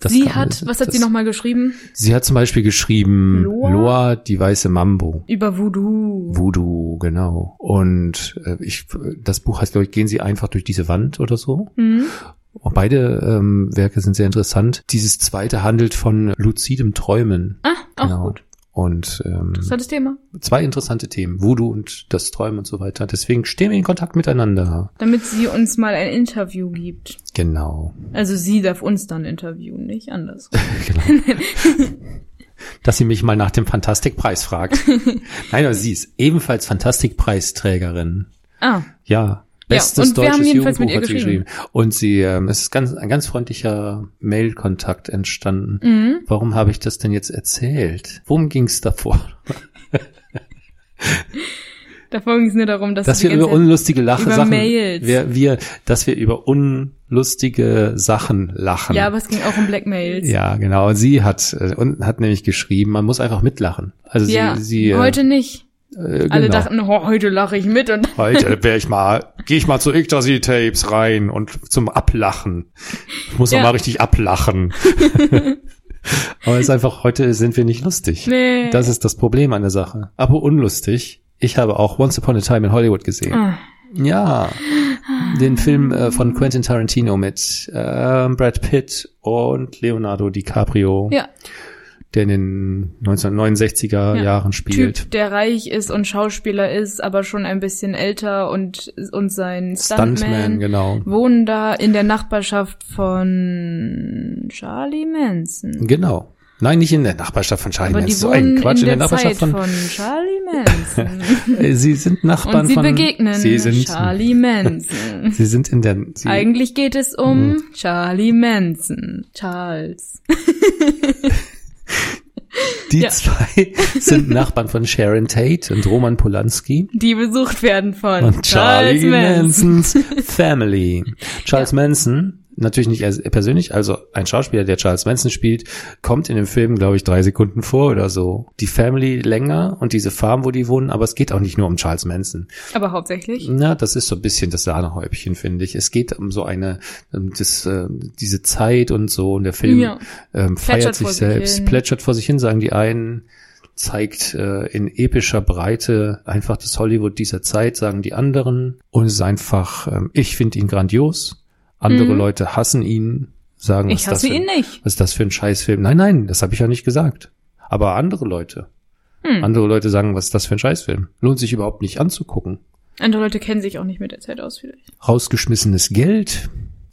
Speaker 1: Das sie hat, was hat sie nochmal geschrieben?
Speaker 2: Sie hat zum Beispiel geschrieben, Loa,
Speaker 1: Loa?
Speaker 2: die weiße Mambo.
Speaker 1: Über Voodoo.
Speaker 2: Voodoo, genau. Und äh, ich, das Buch heißt, glaube ich, gehen Sie einfach durch diese Wand oder so.
Speaker 1: Mhm.
Speaker 2: Auch beide ähm, Werke sind sehr interessant. Dieses zweite handelt von luzidem Träumen. Genau.
Speaker 1: Ah, auch gut.
Speaker 2: Und ähm,
Speaker 1: Interessantes Thema.
Speaker 2: zwei interessante Themen, Voodoo und das Träumen und so weiter. Deswegen stehen wir in Kontakt miteinander.
Speaker 1: Damit sie uns mal ein Interview gibt.
Speaker 2: Genau.
Speaker 1: Also sie darf uns dann interviewen, nicht anders.
Speaker 2: genau. Dass sie mich mal nach dem Fantastikpreis fragt. Nein, aber sie ist ebenfalls Fantastikpreisträgerin.
Speaker 1: ah,
Speaker 2: Ja. Bestes
Speaker 1: und wir haben
Speaker 2: deutsches
Speaker 1: jedenfalls mit
Speaker 2: Jugendbuch
Speaker 1: ihr
Speaker 2: hat sie geschrieben. Und sie, ähm, es ist ganz, ein ganz freundlicher Mail-Kontakt entstanden.
Speaker 1: mhm.
Speaker 2: Warum habe ich das denn jetzt erzählt? Worum ging es davor?
Speaker 1: davon ging es nur darum, dass,
Speaker 2: Dass
Speaker 1: sie
Speaker 2: wir
Speaker 1: die ganze
Speaker 2: über unlustige Lache
Speaker 1: über
Speaker 2: Sachen,
Speaker 1: Mails.
Speaker 2: Wir, wir, dass wir über unlustige Sachen lachen.
Speaker 1: Zeit, Ja, aber es ging auch um Blackmails.
Speaker 2: Ja, genau. Sie hat äh, und hat nämlich geschrieben, man muss einfach mitlachen. Also sie,
Speaker 1: Ja,
Speaker 2: sie äh,
Speaker 1: heute nicht.
Speaker 2: äh, genau.
Speaker 1: Alle dachten, oh, heute lache ich mit und
Speaker 2: heute wär ich mal, gehe ich mal zu Yggdrasil Tapes rein und zum Ablachen. Ich muss noch
Speaker 1: Ja.
Speaker 2: mal richtig ablachen. Aber es ist einfach, heute sind wir nicht lustig.
Speaker 1: nee.
Speaker 2: Das ist das Problem an der Sache. Aber unlustig. Ich habe auch Once Upon a Time in Hollywood gesehen.
Speaker 1: Ah.
Speaker 2: Ja, den Film äh, von Quentin Tarantino mit ähm, Brad Pitt und Leonardo DiCaprio,
Speaker 1: ja,
Speaker 2: der in den
Speaker 1: Ja.
Speaker 2: 1969er Jahren spielt.
Speaker 1: Typ, der reich ist und Schauspieler ist, aber schon ein bisschen älter und, und sein Stuntman,
Speaker 2: Stuntman, genau.
Speaker 1: wohnen da in der Nachbarschaft von Charlie Manson.
Speaker 2: Genau. Nein, nicht in der Nachbarschaft von Charlie
Speaker 1: Aber die
Speaker 2: Manson. So ein
Speaker 1: wohnen
Speaker 2: Quatsch.
Speaker 1: in der, Zeit
Speaker 2: Nachbarschaft
Speaker 1: von, Charlie Manson.
Speaker 2: Äh, Sie sind Nachbarn
Speaker 1: Und sie
Speaker 2: von.
Speaker 1: begegnen
Speaker 2: Sie sind.
Speaker 1: Charlie Manson.
Speaker 2: Sie sind in der. Sie,
Speaker 1: Eigentlich geht es um
Speaker 2: Mhm.
Speaker 1: Charlie Manson. Charles.
Speaker 2: die
Speaker 1: ja.
Speaker 2: zwei sind Nachbarn von Sharon Tate und Roman Polanski.
Speaker 1: Die besucht werden von
Speaker 2: Und Charlie
Speaker 1: Charles Manson.
Speaker 2: Mansons Family. Charles Manson, natürlich nicht er persönlich, also ein Schauspieler, der Charles Manson spielt, kommt in dem Film, glaube ich, drei Sekunden vor oder so. Die Family länger und diese Farm, wo die wohnen, aber es geht auch nicht nur um Charles Manson.
Speaker 1: Aber hauptsächlich.
Speaker 2: Na, das ist so ein bisschen das Sahnehäubchen, finde ich. Es geht um so eine, um das, äh, diese Zeit und so und der Film
Speaker 1: Ja.
Speaker 2: ähm, feiert
Speaker 1: Plätschert
Speaker 2: sich
Speaker 1: vor sich
Speaker 2: selbst,
Speaker 1: hin.
Speaker 2: plätschert vor sich hin, sagen die einen, zeigt äh, in epischer Breite einfach das Hollywood dieser Zeit, sagen die anderen. Und es ist einfach, ähm, ich finde ihn grandios, andere
Speaker 1: Mhm.
Speaker 2: Leute hassen ihn, sagen, was,
Speaker 1: Ich
Speaker 2: ist das
Speaker 1: hasse
Speaker 2: für,
Speaker 1: ihn nicht.
Speaker 2: was ist das für ein Scheißfilm? Nein, nein, das habe ich ja nicht gesagt. Aber andere Leute.
Speaker 1: Hm.
Speaker 2: Andere Leute sagen, was ist das für ein Scheißfilm? Lohnt sich überhaupt nicht anzugucken.
Speaker 1: Andere Leute kennen sich auch nicht mit der Zeit aus vielleicht.
Speaker 2: rausgeschmissenes Geld,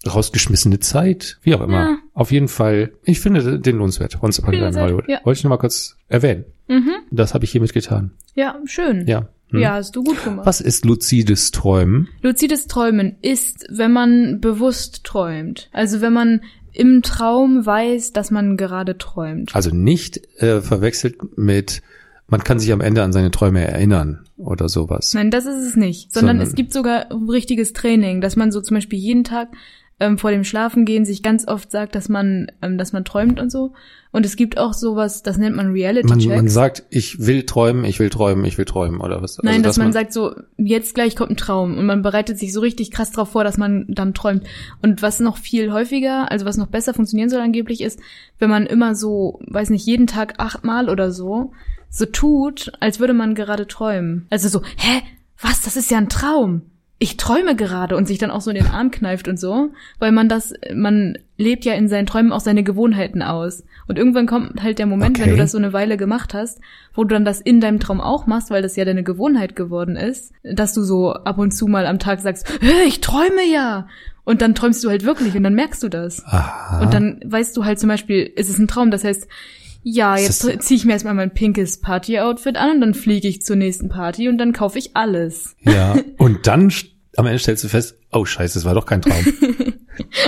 Speaker 2: rausgeschmissene Zeit, wie auch immer.
Speaker 1: Ja.
Speaker 2: Auf jeden Fall, ich finde den lohnenswert. Once Upon a Time in
Speaker 1: Lohnenswert,
Speaker 2: Hollywood.
Speaker 1: ja.
Speaker 2: Wollte ich nochmal kurz erwähnen.
Speaker 1: Mhm.
Speaker 2: Das habe ich hiermit getan.
Speaker 1: Ja, schön.
Speaker 2: Ja. Hm.
Speaker 1: Ja, hast du gut gemacht.
Speaker 2: Was ist luzides Träumen?
Speaker 1: Luzides Träumen ist, wenn man bewusst träumt. Also wenn man im Traum weiß, dass man gerade träumt.
Speaker 2: Also nicht äh, verwechselt mit, man kann sich am Ende an seine Träume erinnern oder sowas.
Speaker 1: Nein, das ist es nicht. Sondern,
Speaker 2: Sondern-
Speaker 1: es gibt sogar richtiges Training, dass man so zum Beispiel jeden Tag ähm, vor dem Schlafengehen sich ganz oft sagt, dass man, ähm, dass man träumt und so. Und es gibt auch sowas, das nennt man Reality
Speaker 2: Man,
Speaker 1: Checks.
Speaker 2: man sagt, ich will träumen, ich will träumen, ich will träumen oder was.
Speaker 1: Nein,
Speaker 2: Also,
Speaker 1: dass, man, sagt so, jetzt gleich kommt ein Traum und man bereitet sich so richtig krass drauf vor, dass man dann träumt. Und was noch viel häufiger, also was noch besser funktionieren soll angeblich ist, wenn man immer so, weiß nicht, jeden Tag achtmal oder so, so tut, als würde man gerade träumen. Also so, hä? Was? Das ist ja ein Traum. Ich träume gerade und sich dann auch so in den Arm kneift und so, weil man das, man lebt ja in seinen Träumen auch seine Gewohnheiten aus. Und irgendwann kommt halt der Moment, wenn du
Speaker 2: Okay.
Speaker 1: das so eine Weile gemacht hast, wo du dann das in deinem Traum auch machst, weil das ja deine Gewohnheit geworden ist, dass du so ab und zu mal am Tag sagst, "Hä, ich träume ja. Und dann träumst du halt wirklich und dann merkst du das.
Speaker 2: Aha.
Speaker 1: Und dann weißt du halt zum Beispiel, ist es ein Traum, das heißt, ja,
Speaker 2: Ist
Speaker 1: jetzt
Speaker 2: das-
Speaker 1: ziehe ich mir erstmal mein pinkes Party-Outfit an und dann fliege ich zur nächsten Party und dann kaufe ich alles.
Speaker 2: ja. Und dann st- am Ende stellst du fest, oh scheiße, es war doch kein Traum.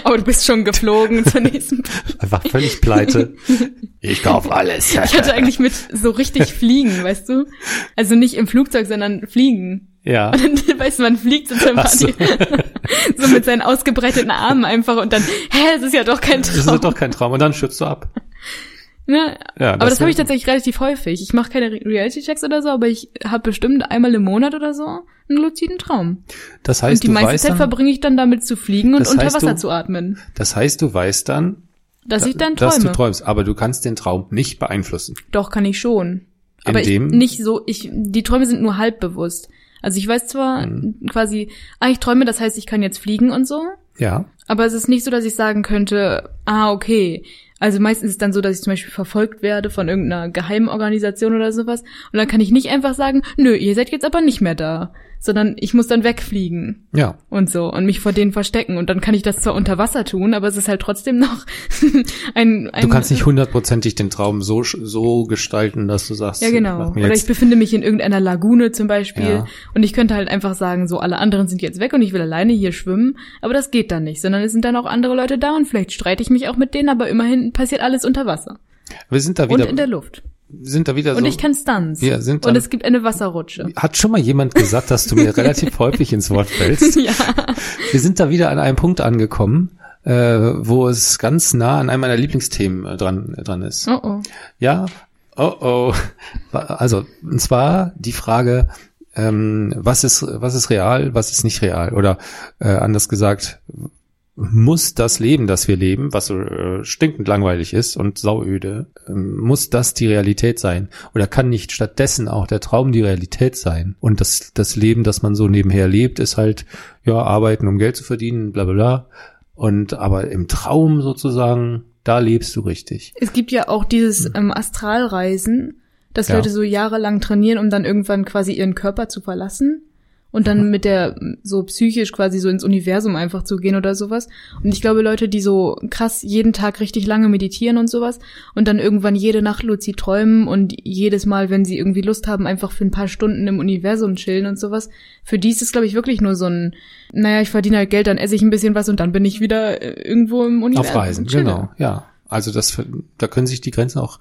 Speaker 1: Aber du bist schon geflogen zur nächsten Party.
Speaker 2: Einfach völlig pleite. Ich kaufe alles.
Speaker 1: Ich hatte eigentlich mit so richtig fliegen, weißt du? Also nicht im Flugzeug, sondern fliegen.
Speaker 2: Ja.
Speaker 1: Und dann, weißt du, man fliegt zu seiner
Speaker 2: Ach so.
Speaker 1: Party. So. mit seinen ausgebreiteten Armen einfach und dann, hä, es ist ja doch kein
Speaker 2: Das ist
Speaker 1: Traum.
Speaker 2: doch kein Traum. Und dann schützt du ab.
Speaker 1: Ne?
Speaker 2: Ja,
Speaker 1: aber das habe ich
Speaker 2: dann.
Speaker 1: tatsächlich relativ häufig. Ich mache keine Re- Reality-Checks oder so, aber ich habe bestimmt einmal im Monat oder so einen luziden Traum.
Speaker 2: Das heißt,
Speaker 1: und die
Speaker 2: du
Speaker 1: meiste
Speaker 2: weißt
Speaker 1: Zeit
Speaker 2: dann,
Speaker 1: verbringe ich dann damit zu fliegen und
Speaker 2: Das
Speaker 1: unter
Speaker 2: heißt,
Speaker 1: Wasser
Speaker 2: du-
Speaker 1: zu atmen.
Speaker 2: das heißt, du weißt dann,
Speaker 1: Dass ich dann
Speaker 2: dass du
Speaker 1: träume.
Speaker 2: träumst, aber du kannst den Traum nicht beeinflussen.
Speaker 1: Doch, kann ich schon. Aber ich,
Speaker 2: Indem-
Speaker 1: nicht so, ich, die Träume sind nur halb bewusst. Also ich weiß zwar
Speaker 2: Hm.
Speaker 1: quasi, ah, ich träume, das heißt, ich kann jetzt fliegen und so,
Speaker 2: Ja.
Speaker 1: aber es ist nicht so, dass ich sagen könnte, ah, okay. Also meistens ist es dann so, dass ich zum Beispiel verfolgt werde von irgendeiner geheimen Organisation oder sowas. Und dann kann ich nicht einfach sagen, nö, ihr seid jetzt aber nicht mehr da. Sondern ich muss dann wegfliegen
Speaker 2: Ja.
Speaker 1: und so und mich vor denen verstecken. Und dann kann ich das zwar unter Wasser tun, aber es ist halt trotzdem noch ein, ein
Speaker 2: Du kannst nicht hundertprozentig den Traum so, sch- so gestalten, dass du sagst,
Speaker 1: Ja, genau.
Speaker 2: mach mir
Speaker 1: Oder ich
Speaker 2: jetzt,
Speaker 1: befinde mich in irgendeiner Lagune zum Beispiel.
Speaker 2: Ja.
Speaker 1: Und ich könnte halt einfach sagen, so alle anderen sind jetzt weg und ich will alleine hier schwimmen. Aber das geht dann nicht, sondern es sind dann auch andere Leute da und vielleicht streite ich mich auch mit denen, aber immerhin passiert alles unter Wasser
Speaker 2: wir sind da
Speaker 1: und
Speaker 2: wieder,
Speaker 1: in der Luft.
Speaker 2: sind da wieder
Speaker 1: und
Speaker 2: so.
Speaker 1: ich kann Stunts.
Speaker 2: Wir sind
Speaker 1: und
Speaker 2: dann-
Speaker 1: es gibt eine Wasserrutsche.
Speaker 2: hat schon mal jemand gesagt, dass du mir relativ häufig ins Wort fällst?
Speaker 1: ja.
Speaker 2: Wir sind da wieder an einem Punkt angekommen, äh, wo es ganz nah an einem meiner Lieblingsthemen äh, dran, äh, dran ist.
Speaker 1: Oh oh.
Speaker 2: Ja, oh oh. Also, und zwar die Frage, ähm, was, ist, was ist real, was ist nicht real? Oder äh, anders gesagt, muss das Leben, das wir leben, was so äh, stinkend langweilig ist und sauöde, ähm, muss das die Realität sein? Oder kann nicht stattdessen auch der Traum die Realität sein? Und das, das Leben, das man so nebenher lebt, ist halt, ja, arbeiten, um Geld zu verdienen, bla bla bla. Und aber im Traum sozusagen, da lebst du richtig.
Speaker 1: Es gibt ja auch dieses ähm, Astralreisen, dass
Speaker 2: Hm. Ja.
Speaker 1: Leute so jahrelang trainieren, um dann irgendwann quasi ihren Körper zu verlassen und dann mit der m, so psychisch quasi so ins Universum einfach zu gehen oder sowas. Und ich glaube, Leute, die so krass jeden Tag richtig lange meditieren und sowas und dann irgendwann jede Nacht luzid träumen und jedes Mal, wenn sie irgendwie Lust haben, einfach für ein paar Stunden im Universum chillen und sowas, für die ist es, glaube ich, wirklich nur so ein, naja, ich verdiene halt Geld, dann esse ich ein bisschen was und dann bin ich wieder äh, irgendwo im Universum.
Speaker 2: Auf Reisen,
Speaker 1: und chille.
Speaker 2: genau, ja. Also das, ver- da können sich die Grenzen auch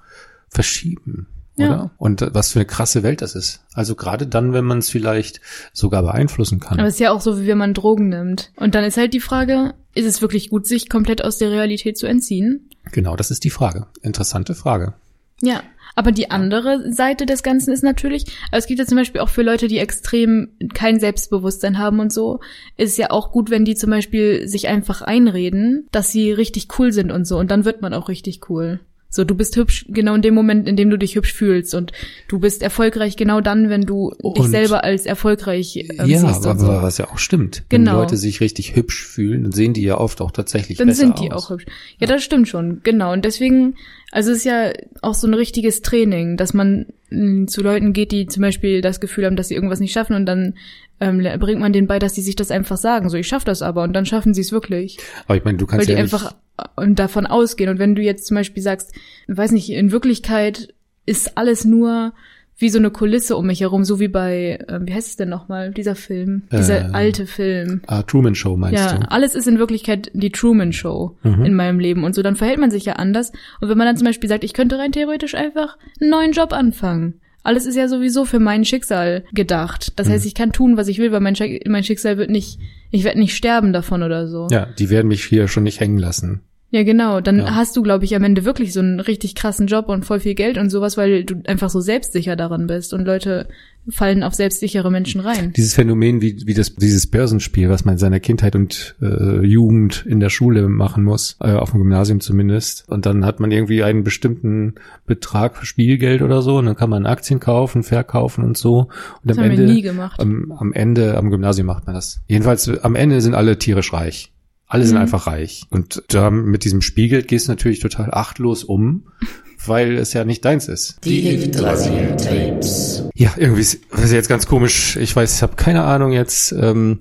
Speaker 2: verschieben,
Speaker 1: Ja.
Speaker 2: oder? Und was für eine krasse Welt das ist. Also gerade dann, wenn man es vielleicht sogar beeinflussen kann.
Speaker 1: Aber es ist ja auch so, wie wenn man Drogen nimmt. Und dann ist halt die Frage, ist es wirklich gut, sich komplett aus der Realität zu entziehen?
Speaker 2: genau, das ist die Frage. Interessante Frage.
Speaker 1: Ja. Aber die andere Seite des Ganzen ist natürlich, also es gibt ja zum Beispiel auch für Leute, die extrem kein Selbstbewusstsein haben und so, ist es ja auch gut, wenn die zum Beispiel sich einfach einreden, dass sie richtig cool sind und so. Und dann wird man auch richtig cool. So, du bist hübsch genau in dem Moment, in dem du dich hübsch fühlst. Und du bist erfolgreich genau dann, wenn du dich
Speaker 2: Und-
Speaker 1: selber als erfolgreich äh,
Speaker 2: ja,
Speaker 1: siehst
Speaker 2: aber,
Speaker 1: und so.
Speaker 2: was ja auch stimmt. Wenn
Speaker 1: Genau.
Speaker 2: die Leute sich richtig hübsch fühlen, dann sehen die ja oft auch tatsächlich
Speaker 1: Dann
Speaker 2: besser
Speaker 1: sind die
Speaker 2: aus.
Speaker 1: auch hübsch. Ja, das stimmt schon, genau. Und deswegen, also es ist ja auch so ein richtiges Training, dass man mh, zu Leuten geht, die zum Beispiel das Gefühl haben, dass sie irgendwas nicht schaffen und dann ähm, le- bringt man denen bei, dass sie sich das einfach sagen. So, ich schaffe das aber und dann schaffen sie es wirklich.
Speaker 2: Aber ich meine, du
Speaker 1: Weil
Speaker 2: kannst
Speaker 1: die
Speaker 2: ja nicht,
Speaker 1: einfach äh, und davon ausgehen. Und wenn du jetzt zum Beispiel sagst, weiß nicht, in Wirklichkeit ist alles nur wie so eine Kulisse um mich herum, so wie bei, ähm, wie heißt es denn nochmal, dieser Film, dieser
Speaker 2: Ähm,
Speaker 1: alte Film.
Speaker 2: ah, Truman Show meinst
Speaker 1: Ja,
Speaker 2: du?
Speaker 1: alles ist in Wirklichkeit die Truman Show
Speaker 2: Mhm.
Speaker 1: in meinem Leben und so, dann verhält man sich ja anders. Und wenn man dann zum Beispiel sagt, ich könnte rein theoretisch einfach einen neuen Job anfangen. Alles ist ja sowieso für mein Schicksal gedacht.
Speaker 2: Mhm.
Speaker 1: Das heißt, ich kann tun, was ich will, weil mein, Schick- mein Schicksal wird nicht, ich werde nicht sterben davon oder so.
Speaker 2: Ja, die werden mich hier schon nicht hängen lassen.
Speaker 1: Ja, genau. Dann
Speaker 2: Ja.
Speaker 1: hast du, glaube ich, am Ende wirklich so einen richtig krassen Job und voll viel Geld und sowas, weil du einfach so selbstsicher darin bist und Leute fallen auf selbstsichere Menschen rein.
Speaker 2: dieses Phänomen wie, wie das, dieses Börsenspiel, was man in seiner Kindheit und äh, Jugend in der Schule machen muss, äh, auf dem Gymnasium zumindest. Und dann hat man irgendwie einen bestimmten Betrag für Spielgeld oder so und dann kann man Aktien kaufen, verkaufen und so. Und
Speaker 1: Das
Speaker 2: am
Speaker 1: haben wir nie
Speaker 2: Ende,
Speaker 1: gemacht.
Speaker 2: am, am Ende, am Gymnasium macht man das. Jedenfalls, äh, am Ende sind alle tierisch reich. Alle sind
Speaker 1: Mhm.
Speaker 2: einfach reich. Und da mit diesem Spielgeld gehst du natürlich total achtlos um, weil es ja nicht deins ist.
Speaker 3: Die Yggdrasil Tapes.
Speaker 2: Ja, irgendwie ist, ist jetzt ganz komisch. Ich weiß, ich habe keine Ahnung jetzt, ähm,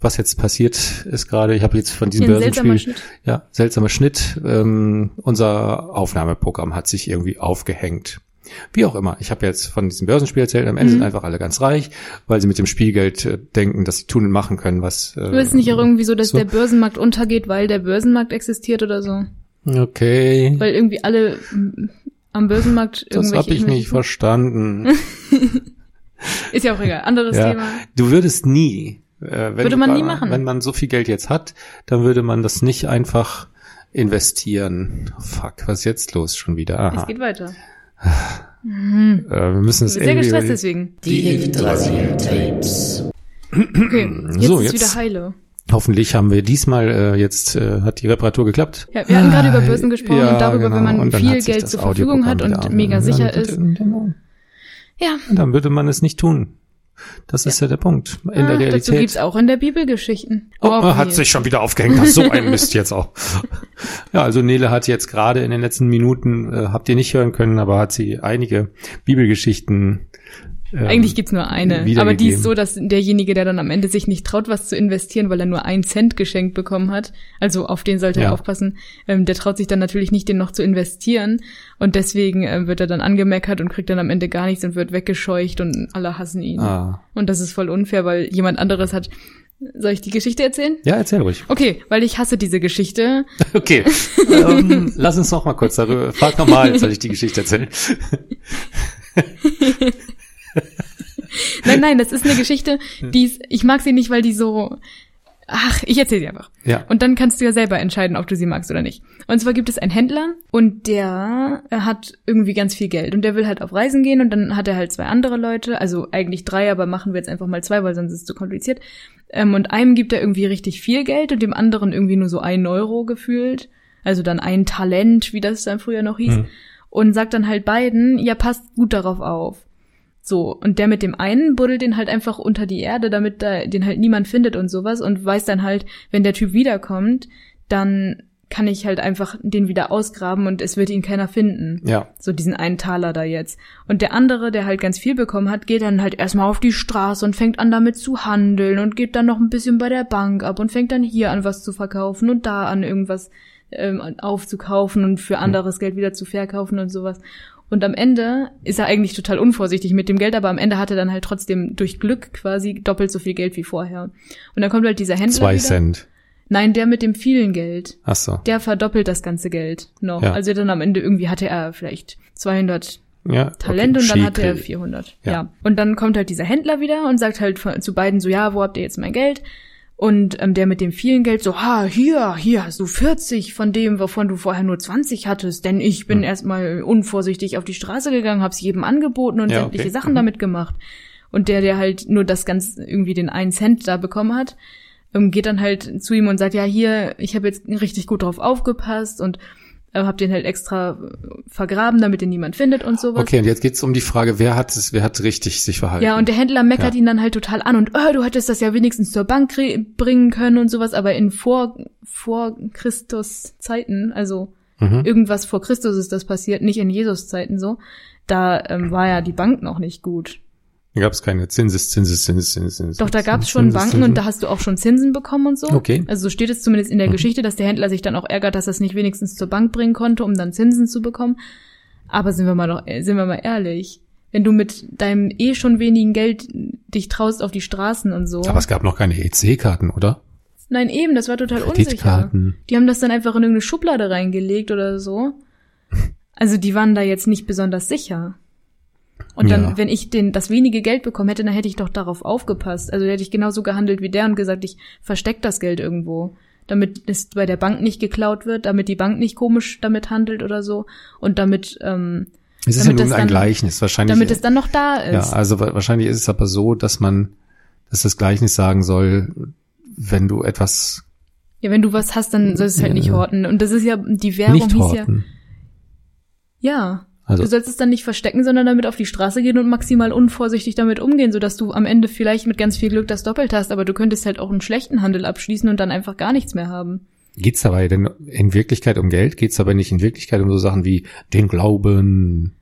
Speaker 2: was jetzt passiert ist gerade. Ich habe jetzt von diesem
Speaker 1: Hier ein seltsamer
Speaker 2: Börsenspiel. Ja, seltsamer Schnitt. Ähm, unser Aufnahmeprogramm hat sich irgendwie aufgehängt. Wie auch immer. Ich habe jetzt von diesem Börsenspiel erzählt. Am
Speaker 1: Mhm.
Speaker 2: Ende sind einfach alle ganz reich, weil sie mit dem Spielgeld äh, denken, dass sie tun und machen können, was. Äh,
Speaker 1: Du ist nicht auch irgendwie so, dass
Speaker 2: so.
Speaker 1: der Börsenmarkt untergeht, weil der Börsenmarkt existiert oder so?
Speaker 2: Okay.
Speaker 1: Weil irgendwie alle m, am Börsenmarkt
Speaker 2: Das
Speaker 1: irgendwelche
Speaker 2: habe ich nicht
Speaker 1: irgendwelche-
Speaker 2: verstanden.
Speaker 1: Ist ja auch egal. Anderes
Speaker 2: Ja.
Speaker 1: Thema.
Speaker 2: Du würdest nie, äh, wenn
Speaker 1: Würde
Speaker 2: du
Speaker 1: man
Speaker 2: gar-
Speaker 1: nie machen.
Speaker 2: Wenn man so viel Geld jetzt hat, dann würde man das nicht einfach investieren. Fuck, was ist jetzt los schon wieder? Aha.
Speaker 1: Es geht weiter.
Speaker 2: Äh, wir müssen es
Speaker 1: Ich bin sehr
Speaker 2: irgendwie.
Speaker 1: gestresst deswegen.
Speaker 3: Die Yggdrasil Tapes.
Speaker 1: Okay, jetzt
Speaker 2: So,
Speaker 1: ist
Speaker 2: jetzt-
Speaker 1: wieder heile.
Speaker 2: Hoffentlich haben wir diesmal äh, jetzt äh, hat die Reparatur geklappt. Äh,
Speaker 1: Ja, wir hatten gerade über Börsen gesprochen
Speaker 2: Ah, Ja,
Speaker 1: und darüber,
Speaker 2: genau.
Speaker 1: wenn man
Speaker 2: Und dann
Speaker 1: viel
Speaker 2: hat sich
Speaker 1: Geld
Speaker 2: das
Speaker 1: zur Verfügung hat
Speaker 2: Audioprogramm
Speaker 1: und
Speaker 2: wieder
Speaker 1: mega
Speaker 2: angehört.
Speaker 1: sicher
Speaker 2: Dann
Speaker 1: ist.
Speaker 2: würde- Genau.
Speaker 1: Ja,
Speaker 2: Dann würde man es nicht tun. Das ist ja der Punkt. In
Speaker 1: ah,
Speaker 2: der
Speaker 1: dazu gibt's
Speaker 2: Realität.
Speaker 1: auch in der Bibel Geschichten.
Speaker 2: Oh, oh, hat
Speaker 1: Obvious.
Speaker 2: sich schon wieder aufgehängt. Ach, so ein Mist jetzt auch. Ja, also Nele hat jetzt gerade in den letzten Minuten, äh, habt ihr nicht hören können, aber hat sie einige Bibelgeschichten. ähm,
Speaker 1: Eigentlich gibt's nur eine, aber die
Speaker 2: wiedergegeben.
Speaker 1: ist so, dass derjenige, der dann am Ende sich nicht traut, was zu investieren, weil er nur einen Cent geschenkt bekommen hat, also auf den sollte
Speaker 2: Ja.
Speaker 1: er aufpassen, ähm, der traut sich dann natürlich nicht, den noch zu investieren und deswegen ähm, wird er dann angemeckert und kriegt dann am Ende gar nichts und wird weggescheucht und alle hassen ihn.
Speaker 2: Ah.
Speaker 1: Und das ist voll unfair, weil jemand anderes hat. Soll ich die Geschichte erzählen?
Speaker 2: Ja, erzähl ruhig.
Speaker 1: Okay, weil ich hasse diese Geschichte.
Speaker 2: Okay, ähm, lass uns noch mal kurz darüber. Frag noch mal, soll ich die Geschichte erzählen?
Speaker 1: Nein, nein, das ist eine Geschichte, die ist, ich mag sie nicht, weil die so. Ach, ich erzähle sie einfach.
Speaker 2: Ja.
Speaker 1: Und dann kannst du ja selber entscheiden, ob du sie magst oder nicht. Und zwar gibt es einen Händler und der äh, hat irgendwie ganz viel Geld und der will halt auf Reisen gehen und dann hat er halt zwei andere Leute, also eigentlich drei, aber machen wir jetzt einfach mal zwei, weil sonst ist es zu kompliziert. Ähm, und einem gibt er irgendwie richtig viel Geld und dem anderen irgendwie nur so ein Euro gefühlt. Also dann ein Talent, wie das dann früher noch hieß.
Speaker 2: Hm.
Speaker 1: Und sagt dann halt beiden, ja, passt gut darauf auf. So, und der mit dem einen buddelt den halt einfach unter die Erde, damit da den halt niemand findet und sowas und weiß dann halt, wenn der Typ wiederkommt, dann kann ich halt einfach den wieder ausgraben und es wird ihn keiner finden.
Speaker 2: Ja,
Speaker 1: So diesen einen Taler da jetzt. Und der andere, der halt ganz viel bekommen hat, geht dann halt erstmal auf die Straße und fängt an damit zu handeln und geht dann noch ein bisschen bei der Bank ab und fängt dann hier an was zu verkaufen und da an irgendwas ähm, aufzukaufen und für anderes Geld wieder zu verkaufen und sowas. Und am Ende ist er eigentlich total unvorsichtig mit dem Geld, aber am Ende hat er dann halt trotzdem durch Glück quasi doppelt so viel Geld wie vorher. Und dann kommt halt dieser Händler.
Speaker 2: zwei
Speaker 1: wieder.
Speaker 2: Cent.
Speaker 1: Nein, der mit dem vielen Geld
Speaker 2: Ach so.
Speaker 1: der verdoppelt das ganze Geld noch.
Speaker 2: Ja.
Speaker 1: Also dann am Ende irgendwie hatte er vielleicht 200
Speaker 2: Ja.
Speaker 1: Talent
Speaker 2: okay.
Speaker 1: und dann hatte er
Speaker 2: Schäkel.
Speaker 1: 400.
Speaker 2: Ja.
Speaker 1: Ja. Und dann kommt halt dieser Händler wieder und sagt halt von, zu beiden so, ja, wo habt ihr jetzt mein Geld? Und ähm, der mit dem vielen Geld so, ha, hier, hier, so 40 von dem, wovon du vorher nur 20 hattest, denn ich
Speaker 2: Hm.
Speaker 1: bin erstmal unvorsichtig auf die Straße gegangen, hab's jedem angeboten und
Speaker 2: Ja,
Speaker 1: sämtliche
Speaker 2: okay. Mhm.
Speaker 1: Sachen damit gemacht. Und der, der halt nur das ganz irgendwie den einen Cent da bekommen hat, ähm, geht dann halt zu ihm und sagt, ja, hier, ich habe jetzt richtig gut drauf aufgepasst und äh, hab den halt extra äh, vergraben, damit den niemand findet und sowas.
Speaker 2: Okay, und jetzt geht's um die Frage, wer hat es, wer hat richtig sich verhalten?
Speaker 1: Ja, und der Händler meckert
Speaker 2: Ja.
Speaker 1: ihn dann halt total an und, oh, du hättest das ja wenigstens zur Bank krie- bringen können und sowas, aber in vor, vor Christus Zeiten, also
Speaker 2: Mhm.
Speaker 1: irgendwas vor Christus ist das passiert, nicht in Jesus Zeiten so, da ähm, war ja die Bank noch nicht gut.
Speaker 2: Da gab's keine Zinses, Zinses, Zinses, Zinses, Zinses.
Speaker 1: Doch da gab's schon Banken und da hast du auch schon Zinsen bekommen und so.
Speaker 2: Okay. Mhm.
Speaker 1: Also so steht es zumindest in der Geschichte, dass der Händler sich dann auch ärgert, dass er es nicht wenigstens zur Bank bringen konnte, um dann Zinsen zu bekommen. Aber sind wir mal doch, äh, sind wir mal ehrlich. Wenn du mit deinem eh schon wenigen Geld dich traust auf die Straßen und so.
Speaker 2: Aber es gab noch keine EC-Karten, oder?
Speaker 1: Nein, eben, das war total unsicher.
Speaker 2: Kreditkarten.
Speaker 1: Die haben das dann einfach in irgendeine Schublade reingelegt oder so. Also die waren da jetzt nicht besonders sicher. Und dann,
Speaker 2: Ja.
Speaker 1: wenn ich den, das wenige Geld bekommen hätte, dann hätte ich doch darauf aufgepasst. Also hätte ich genauso gehandelt wie der und gesagt, ich versteck das Geld irgendwo. Damit es bei der Bank nicht geklaut wird, damit die Bank nicht komisch damit handelt oder so. Und damit, ähm,
Speaker 2: Es ist ja
Speaker 1: Damit das
Speaker 2: nun ein
Speaker 1: dann-
Speaker 2: Gleichnis. Wahrscheinlich.
Speaker 1: damit es dann noch da ist.
Speaker 2: ja, also wa- wahrscheinlich ist es aber so, dass man, dass das Gleichnis sagen soll, wenn du etwas
Speaker 1: ja, wenn du was hast, dann sollst du es halt
Speaker 2: Ja.
Speaker 1: nicht horten. Und das ist ja, die Währung
Speaker 2: nicht
Speaker 1: hieß ja.
Speaker 2: horten.
Speaker 1: Ja.
Speaker 2: Also-
Speaker 1: du sollst es dann nicht verstecken, sondern damit auf die Straße gehen und maximal unvorsichtig damit umgehen, sodass du am Ende vielleicht mit ganz viel Glück das doppelt hast, aber du könntest halt auch einen schlechten Handel abschließen und dann einfach gar nichts mehr haben.
Speaker 2: Geht's dabei denn in Wirklichkeit um Geld? Geht's dabei nicht in Wirklichkeit um so Sachen wie den Glauben,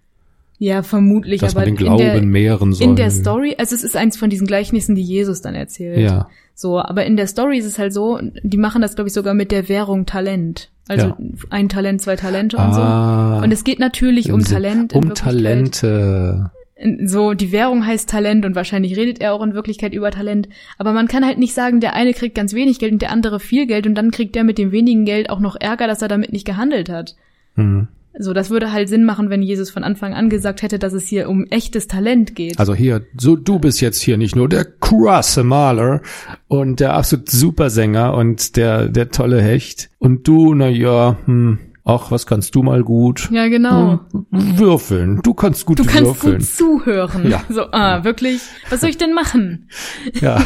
Speaker 1: Ja, vermutlich,
Speaker 2: dass
Speaker 1: aber
Speaker 2: man den
Speaker 1: in, der,
Speaker 2: Glauben mehren soll?
Speaker 1: in der Story, also es ist eins von diesen Gleichnissen, die Jesus dann erzählt.
Speaker 2: Ja,
Speaker 1: So, aber in der Story ist es halt so, die machen das, glaube ich, sogar mit der Währung Talent. Also
Speaker 2: Ja.
Speaker 1: ein Talent, zwei Talente und
Speaker 2: Ah.
Speaker 1: so. Und es geht natürlich
Speaker 2: Im
Speaker 1: um
Speaker 2: Sinn-
Speaker 1: Talent. in
Speaker 2: Um
Speaker 1: Wirklichkeit.
Speaker 2: Talente.
Speaker 1: In- so die Währung heißt Talent und wahrscheinlich redet er auch in Wirklichkeit über Talent, aber man kann halt nicht sagen, der eine kriegt ganz wenig Geld und der andere viel Geld und dann kriegt der mit dem wenigen Geld auch noch Ärger, dass er damit nicht gehandelt hat.
Speaker 2: Hm.
Speaker 1: So, das würde halt Sinn machen, wenn Jesus von Anfang an gesagt hätte, dass es hier um echtes Talent geht.
Speaker 2: Also hier, so du bist jetzt hier nicht nur der krasse Maler und der absolut Supersänger und der, der tolle Hecht. Und du, na ja, hm, ach, was kannst du mal gut?
Speaker 1: Ja, genau.
Speaker 2: Hm, Würfeln. Du kannst gut
Speaker 1: Du kannst
Speaker 2: würfeln.
Speaker 1: gut zuhören.
Speaker 2: Ja.
Speaker 1: So, ah, wirklich? Was soll ich denn machen?
Speaker 2: Ja,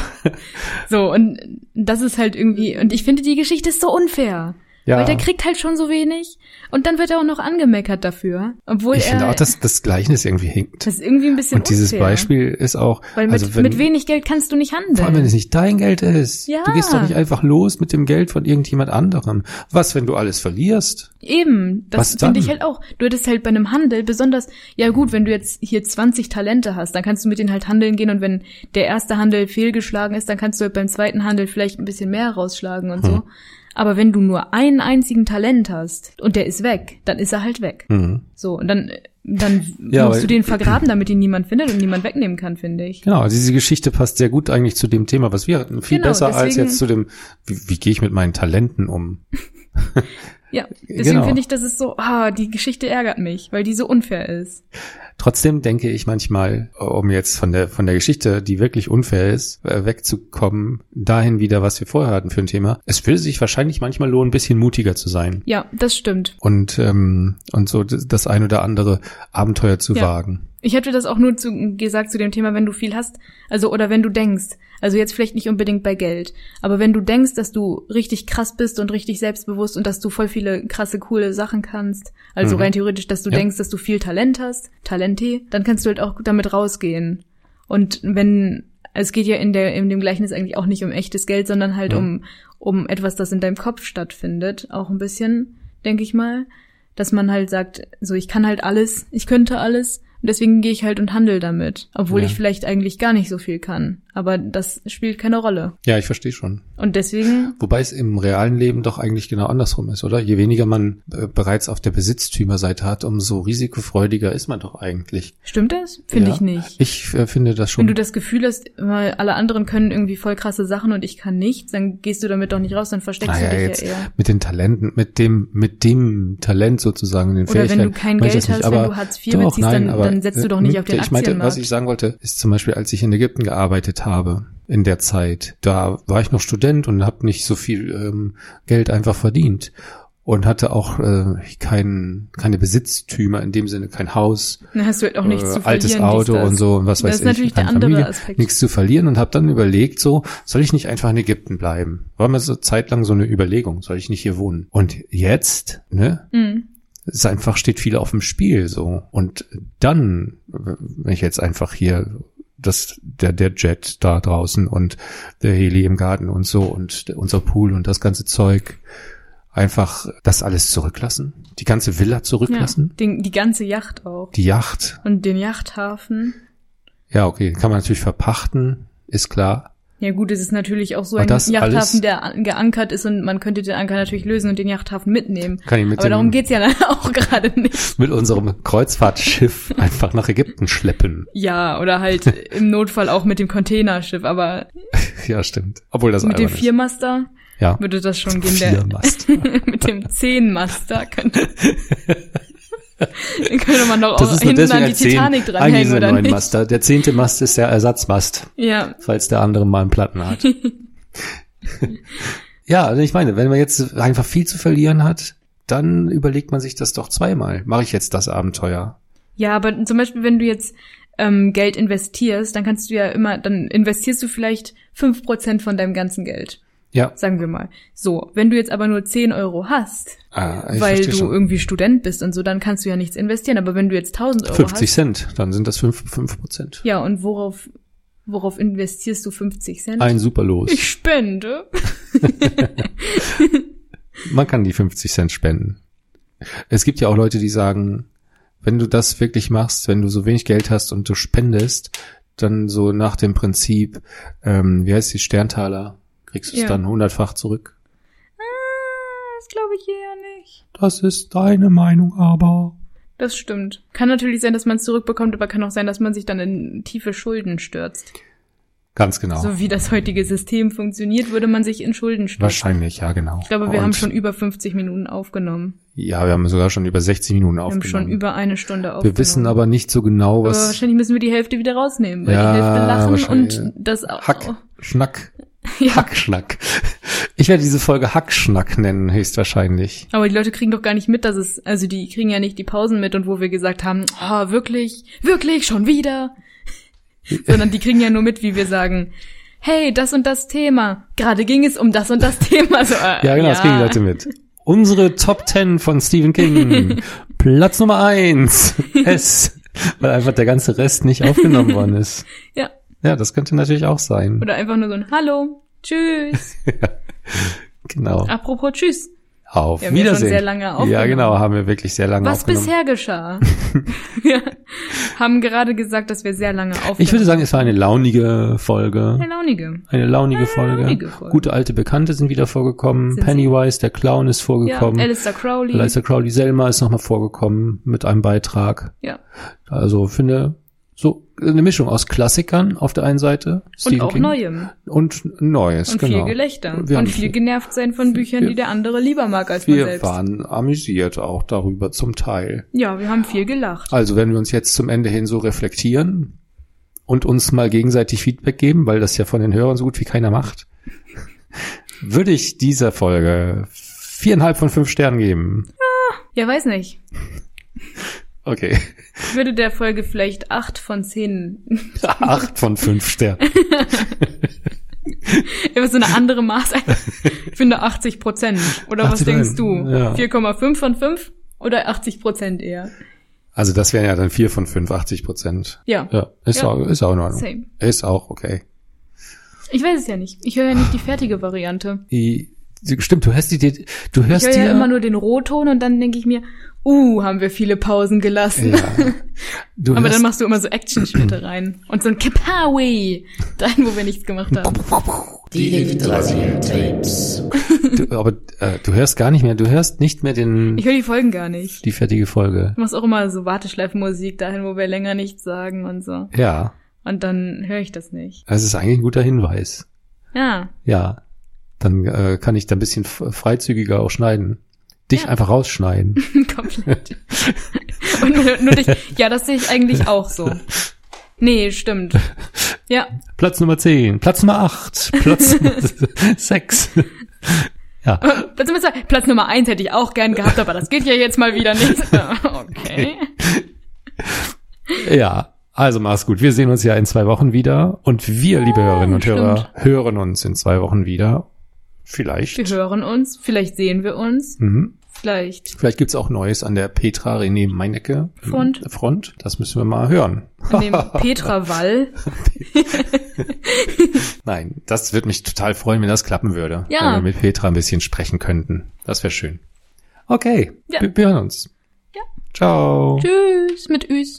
Speaker 1: So, und das ist halt irgendwie, und ich finde, die Geschichte ist so unfair.
Speaker 2: ja.
Speaker 1: Weil der kriegt halt schon so wenig und dann wird er auch noch angemeckert dafür. Obwohl
Speaker 2: ich
Speaker 1: er
Speaker 2: finde auch, dass das Gleichnis irgendwie hinkt.
Speaker 1: das ist irgendwie ein bisschen
Speaker 2: Und dieses
Speaker 1: unfair.
Speaker 2: Beispiel ist auch,
Speaker 1: Weil mit,
Speaker 2: also wenn,
Speaker 1: mit wenig Geld kannst du nicht handeln.
Speaker 2: vor allem wenn es nicht dein Geld ist.
Speaker 1: Ja.
Speaker 2: Du gehst doch nicht einfach los mit dem Geld von irgendjemand anderem. Was, wenn du alles verlierst?
Speaker 1: Eben,
Speaker 2: Was
Speaker 1: das
Speaker 2: dann?
Speaker 1: finde ich halt auch. Du hättest halt bei einem Handel besonders, ja gut, wenn du jetzt hier 20 Talente hast, dann kannst du mit denen halt handeln gehen und wenn der erste Handel fehlgeschlagen ist, dann kannst du halt beim zweiten Handel vielleicht ein bisschen mehr rausschlagen und
Speaker 2: Hm.
Speaker 1: so. Aber wenn du nur einen einzigen Talent hast und der ist weg, dann ist er halt weg.
Speaker 2: Mhm.
Speaker 1: So, und dann, dann
Speaker 2: Ja, aber-
Speaker 1: musst du den vergraben, damit ihn niemand findet und niemand wegnehmen kann, finde ich.
Speaker 2: Genau, also diese Geschichte passt sehr gut eigentlich zu dem Thema, was wir hatten. Viel
Speaker 1: Genau,
Speaker 2: besser als
Speaker 1: deswegen-
Speaker 2: jetzt zu dem, wie, wie gehe ich mit meinen Talenten um?
Speaker 1: Ja, deswegen
Speaker 2: Genau.
Speaker 1: finde ich, das ist so, ah, die Geschichte ärgert mich, weil die so unfair ist.
Speaker 2: Trotzdem denke ich manchmal, um jetzt von der, von der Geschichte, die wirklich unfair ist, äh, wegzukommen, dahin wieder, was wir vorher hatten für ein Thema. Es würde sich wahrscheinlich manchmal lohnen, ein bisschen mutiger zu sein
Speaker 1: Ja, das stimmt.
Speaker 2: und, ähm, und so d- das ein oder andere Abenteuer zu
Speaker 1: Ja.
Speaker 2: wagen.
Speaker 1: Ich hätte das auch nur zu, gesagt zu dem Thema, wenn du viel hast, also oder wenn du denkst, also jetzt vielleicht nicht unbedingt bei Geld, aber wenn du denkst, dass du richtig krass bist und richtig selbstbewusst und dass du voll viele krasse, coole Sachen kannst, also
Speaker 2: Mhm.
Speaker 1: rein theoretisch, dass du
Speaker 2: Ja.
Speaker 1: denkst, dass du viel Talent hast, Talente, dann kannst du halt auch damit rausgehen. Und wenn, es geht ja in, der, in dem Gleichnis eigentlich auch nicht um echtes Geld, sondern halt
Speaker 2: Ja.
Speaker 1: um, um etwas, das in deinem Kopf stattfindet, auch ein bisschen, denke ich mal dass man halt sagt, so ich kann halt alles, ich könnte alles und deswegen gehe ich halt und handel damit, obwohl
Speaker 2: Ja.
Speaker 1: ich vielleicht eigentlich gar nicht so viel kann, aber das spielt keine Rolle
Speaker 2: Ja, ich verstehe schon.
Speaker 1: und deswegen
Speaker 2: Wobei es im realen Leben doch eigentlich genau andersrum ist, oder? Je weniger man äh, bereits auf der Besitztümerseite hat, umso risikofreudiger ist man doch eigentlich.
Speaker 1: stimmt das? Finde
Speaker 2: Ja.
Speaker 1: ich nicht.
Speaker 2: Ich äh, finde das schon.
Speaker 1: Wenn du das Gefühl hast, weil alle anderen können irgendwie voll krasse Sachen und ich kann nichts, dann gehst du damit doch nicht raus, dann versteckst
Speaker 2: Naja,
Speaker 1: du dich
Speaker 2: jetzt
Speaker 1: ja eher.
Speaker 2: mit den Talenten, mit dem, mit dem Talent sozusagen, den
Speaker 1: Oder wenn
Speaker 2: Fähigkeiten.
Speaker 1: du kein
Speaker 2: meine ich
Speaker 1: Geld
Speaker 2: das nicht,
Speaker 1: hast, wenn
Speaker 2: aber
Speaker 1: du Hartz IV
Speaker 2: doch,
Speaker 1: beziehst,
Speaker 2: nein,
Speaker 1: dann-
Speaker 2: aber,
Speaker 1: dann setzt du
Speaker 2: äh,
Speaker 1: doch nicht auf den
Speaker 2: Ich meinte, was
Speaker 1: Aktienmarkt.
Speaker 2: ich sagen wollte, ist zum Beispiel, als ich in Ägypten gearbeitet habe, in der Zeit, da war ich noch Student und habe nicht so viel ähm, Geld einfach verdient und hatte auch äh, kein, keine Besitztümer in dem Sinne, kein Haus,
Speaker 1: Dann hast du halt auch nichts zu
Speaker 2: äh,
Speaker 1: verlieren.
Speaker 2: altes
Speaker 1: dies,
Speaker 2: Auto
Speaker 1: das.
Speaker 2: und so und was
Speaker 1: Das
Speaker 2: weiß
Speaker 1: ist
Speaker 2: ich,
Speaker 1: natürlich der
Speaker 2: keine
Speaker 1: andere
Speaker 2: Familie,
Speaker 1: Aspekt.
Speaker 2: nichts zu verlieren und habe dann überlegt, so soll ich nicht einfach in Ägypten bleiben? War mir so zeitlang so eine Überlegung, soll ich nicht hier wohnen? Und jetzt, ne?
Speaker 1: Mhm.
Speaker 2: Ist einfach steht viel auf dem Spiel so und dann, wenn ich jetzt einfach hier das der der Jet da draußen und der Heli im Garten und so und der, unser Pool und das ganze Zeug einfach das alles zurücklassen, die ganze Villa
Speaker 1: Ja,
Speaker 2: zurücklassen,
Speaker 1: den, die ganze Yacht auch
Speaker 2: die Yacht
Speaker 1: und den Yachthafen.
Speaker 2: Ja, okay, kann man natürlich verpachten, ist klar.
Speaker 1: Ja gut, es ist natürlich auch so
Speaker 2: Aber
Speaker 1: ein
Speaker 2: das alles-
Speaker 1: Yachthafen, der an- geankert ist und man könnte den Anker natürlich lösen und den Yachthafen mitnehmen.
Speaker 2: Kann ich mit,
Speaker 1: Aber darum
Speaker 2: dem,
Speaker 1: geht's ja dann auch gerade nicht.
Speaker 2: mit unserem Kreuzfahrtschiff einfach nach Ägypten schleppen.
Speaker 1: Ja, oder halt im Notfall auch mit dem Containerschiff, aber
Speaker 2: Ja, stimmt. Obwohl das
Speaker 1: mit dem
Speaker 2: albern ist.
Speaker 1: Viermaster
Speaker 2: Ja.
Speaker 1: würde das schon gehen.
Speaker 2: Viermast.
Speaker 1: Der, mit dem Zehnmaster könnte, Den könnte man doch
Speaker 2: Das
Speaker 1: auch
Speaker 2: ist nur
Speaker 1: hinten an
Speaker 2: deswegen
Speaker 1: die
Speaker 2: ein Zehn.
Speaker 1: Titanic
Speaker 2: Eigentlich ist
Speaker 1: dranhängen,
Speaker 2: er
Speaker 1: oder
Speaker 2: nur ein
Speaker 1: nicht?
Speaker 2: Master. Der zehnte Mast ist der Ersatzmast,
Speaker 1: Ja,
Speaker 2: falls der andere mal einen Platten hat. ja, also ich meine, wenn man jetzt einfach viel zu verlieren hat, dann überlegt man sich das doch zweimal. Mache ich jetzt das Abenteuer?
Speaker 1: Ja, aber zum Beispiel, wenn du jetzt ähm, Geld investierst, dann kannst du ja immer, dann investierst du vielleicht 5% von deinem ganzen Geld,
Speaker 2: Ja,
Speaker 1: sagen wir mal. So, wenn du jetzt aber nur 10 Euro hast,
Speaker 2: ah, ich
Speaker 1: weil
Speaker 2: verstehe
Speaker 1: du
Speaker 2: schon.
Speaker 1: irgendwie Student bist und so, dann kannst du ja nichts investieren. Aber wenn du jetzt 1000 Euro
Speaker 2: 50
Speaker 1: hast,
Speaker 2: Cent, dann sind das 5, 5 Prozent.
Speaker 1: ja, und worauf, worauf investierst du 50 Cent?
Speaker 2: Ein Superlos.
Speaker 1: ich spende.
Speaker 2: Man kann die 50 Cent spenden. Es gibt ja auch Leute, die sagen, wenn du das wirklich machst, wenn du so wenig Geld hast und du spendest, dann so nach dem Prinzip, ähm, wie heißt die Sterntaler, kriegst du es
Speaker 1: Ja.
Speaker 2: dann hundertfach zurück.
Speaker 1: Ah, Das glaube ich eher nicht.
Speaker 2: Das ist deine Meinung, aber.
Speaker 1: Das stimmt. Kann natürlich sein, dass man es zurückbekommt, aber kann auch sein, dass man sich dann in tiefe Schulden stürzt.
Speaker 2: Ganz genau.
Speaker 1: So wie das heutige System funktioniert, würde man sich in Schulden stürzen.
Speaker 2: Wahrscheinlich, ja, genau.
Speaker 1: Ich glaube, wir
Speaker 2: Und-
Speaker 1: haben schon über 50 Minuten aufgenommen.
Speaker 2: Ja, wir haben sogar schon über 60 Minuten
Speaker 1: Wir haben
Speaker 2: aufgenommen.
Speaker 1: schon über eine Stunde aufgenommen.
Speaker 2: wir wissen aber nicht so genau,
Speaker 1: Aber
Speaker 2: was
Speaker 1: wahrscheinlich müssen wir die Hälfte wieder rausnehmen, weil
Speaker 2: Ja,
Speaker 1: die Hälfte lachen
Speaker 2: wahrscheinlich,
Speaker 1: und das
Speaker 2: Hack,
Speaker 1: Oh,
Speaker 2: Schnack,
Speaker 1: ja.
Speaker 2: Hack, Schnack. Ich werde diese Folge Hack, Schnack nennen, höchstwahrscheinlich.
Speaker 1: Aber die Leute kriegen doch gar nicht mit, dass es, also die kriegen ja nicht die Pausen mit und wo wir gesagt haben, ah, wirklich, wirklich, schon wieder. Sondern die kriegen ja nur mit, wie wir sagen, hey, das und das Thema. Gerade ging es um das und das Thema. So, äh,
Speaker 2: Ja, genau, das kriegen die Leute mit. Unsere Top 10 von Stephen King. Platz Nummer 1. S. Weil einfach der ganze Rest nicht aufgenommen worden ist.
Speaker 1: Ja.
Speaker 2: Ja, das könnte natürlich auch sein.
Speaker 1: Oder einfach nur so ein Hallo, tschüss.
Speaker 2: Genau.
Speaker 1: Apropos tschüss.
Speaker 2: Auf
Speaker 1: Wir haben Ah, ja schon
Speaker 2: Wiedersehen.
Speaker 1: sehr lange
Speaker 2: ja,
Speaker 1: aufgenommen.
Speaker 2: genau, haben wir wirklich sehr lange
Speaker 1: Was
Speaker 2: aufgenommen.
Speaker 1: bisher geschah? wir haben gerade gesagt, dass wir sehr lange aufgenommen
Speaker 2: Ich würde sagen, es war eine launige Folge.
Speaker 1: Herr Launige.
Speaker 2: Eine launige Folge.
Speaker 1: launige Folge.
Speaker 2: Gute alte Bekannte sind wieder vorgekommen.
Speaker 1: Sind sie?
Speaker 2: Pennywise, der Clown, ist
Speaker 1: Ja,
Speaker 2: vorgekommen.
Speaker 1: Alistair Crowley.
Speaker 2: Leister Mhm. Crowley Selma ist nochmal vorgekommen mit einem Beitrag.
Speaker 1: Ja.
Speaker 2: Also finde so eine Mischung aus Klassikern auf der einen Seite.
Speaker 1: Und
Speaker 2: Stephen
Speaker 1: auch
Speaker 2: King,
Speaker 1: Neuem.
Speaker 2: Und Neues,
Speaker 1: Und
Speaker 2: genau.
Speaker 1: viel Gelächter.
Speaker 2: Wir haben
Speaker 1: und viel genervt sein von Büchern, die
Speaker 2: wir-
Speaker 1: der andere lieber mag als man
Speaker 2: Wir
Speaker 1: selbst.
Speaker 2: waren amüsiert auch darüber zum Teil.
Speaker 1: Ja, wir haben viel gelacht.
Speaker 2: Also wenn wir uns jetzt zum Ende hin so reflektieren und uns mal gegenseitig Feedback geben, weil das ja von den Hörern so gut wie keiner macht, würde ich dieser Folge viereinhalb von fünf Sternen geben.
Speaker 1: Ja, weiß nicht.
Speaker 2: Okay.
Speaker 1: Ich würde der Folge vielleicht acht von zehn.
Speaker 2: Acht von fünf Sternen.
Speaker 1: Immer so eine andere Maßeinheit. Ich finde 80 Prozent. Oder was
Speaker 2: 80%,
Speaker 1: denkst du?
Speaker 2: ja.
Speaker 1: 4,5 von 5 oder 80 Prozent eher?
Speaker 2: Also das wären ja dann vier von fünf, 80 Prozent.
Speaker 1: Ja.
Speaker 2: Ja, ist,
Speaker 1: Ja.
Speaker 2: Auch, ist auch in Ordnung.
Speaker 1: Same.
Speaker 2: Ist auch okay.
Speaker 1: Ich weiß es ja nicht. Ich höre ja nicht die fertige Variante.
Speaker 2: I, stimmt, du hörst die, dir- du
Speaker 1: Ich
Speaker 2: hörst
Speaker 1: höre
Speaker 2: dir
Speaker 1: ja immer nur den Rohton und dann denke ich mir, uh, haben wir viele Pausen gelassen.
Speaker 2: Ja. Du
Speaker 1: Aber dann
Speaker 2: hörst,
Speaker 1: machst du immer so Action-Schnitte rein. Und so ein Kapawi. Dahin, wo wir nichts gemacht haben.
Speaker 3: Die Yggdrasil Tapes.
Speaker 2: du, aber äh, du hörst gar nicht mehr, du hörst nicht mehr den
Speaker 1: Ich höre die Folgen gar nicht.
Speaker 2: die fertige Folge.
Speaker 1: Du machst auch immer so Warteschleifenmusik dahin, wo wir länger nichts sagen und so.
Speaker 2: Ja,
Speaker 1: Und dann höre ich das nicht.
Speaker 2: das ist eigentlich ein guter Hinweis.
Speaker 1: Ja,
Speaker 2: Ja, dann äh, kann ich da ein bisschen f- freizügiger auch schneiden. Dich
Speaker 1: Ja.
Speaker 2: einfach rausschneiden.
Speaker 1: komplett. und nur, nur dich. Ja, das sehe ich eigentlich auch so. Nee, stimmt. Ja,
Speaker 2: Platz Nummer 10, Platz Nummer 8, Platz Nummer 6. Ja,
Speaker 1: Platz Nummer zwei. Platz Nummer eins hätte ich auch gern gehabt, aber das geht ja jetzt mal wieder nicht. Okay.
Speaker 2: ja. Also mach's gut. Wir sehen uns ja in zwei Wochen wieder. Und wir, liebe Hörerinnen und Hörer, hören uns in zwei Wochen wieder.
Speaker 1: Wir
Speaker 2: Vielleicht.
Speaker 1: hören uns, vielleicht sehen wir uns,
Speaker 2: Mhm.
Speaker 1: vielleicht.
Speaker 2: Vielleicht gibt's auch Neues an der Petra René Meinecke Äh,
Speaker 1: Front.
Speaker 2: Front. Das müssen wir mal hören.
Speaker 1: An dem Petra Wall.
Speaker 2: Nein, das würde mich total freuen, wenn das klappen würde.
Speaker 1: Ja.
Speaker 2: Wenn wir mit Petra ein bisschen sprechen könnten. Das wäre schön. Okay,
Speaker 1: Ja.
Speaker 2: wir, wir hören uns.
Speaker 1: Ja.
Speaker 2: Ciao.
Speaker 1: Tschüss mit Üs.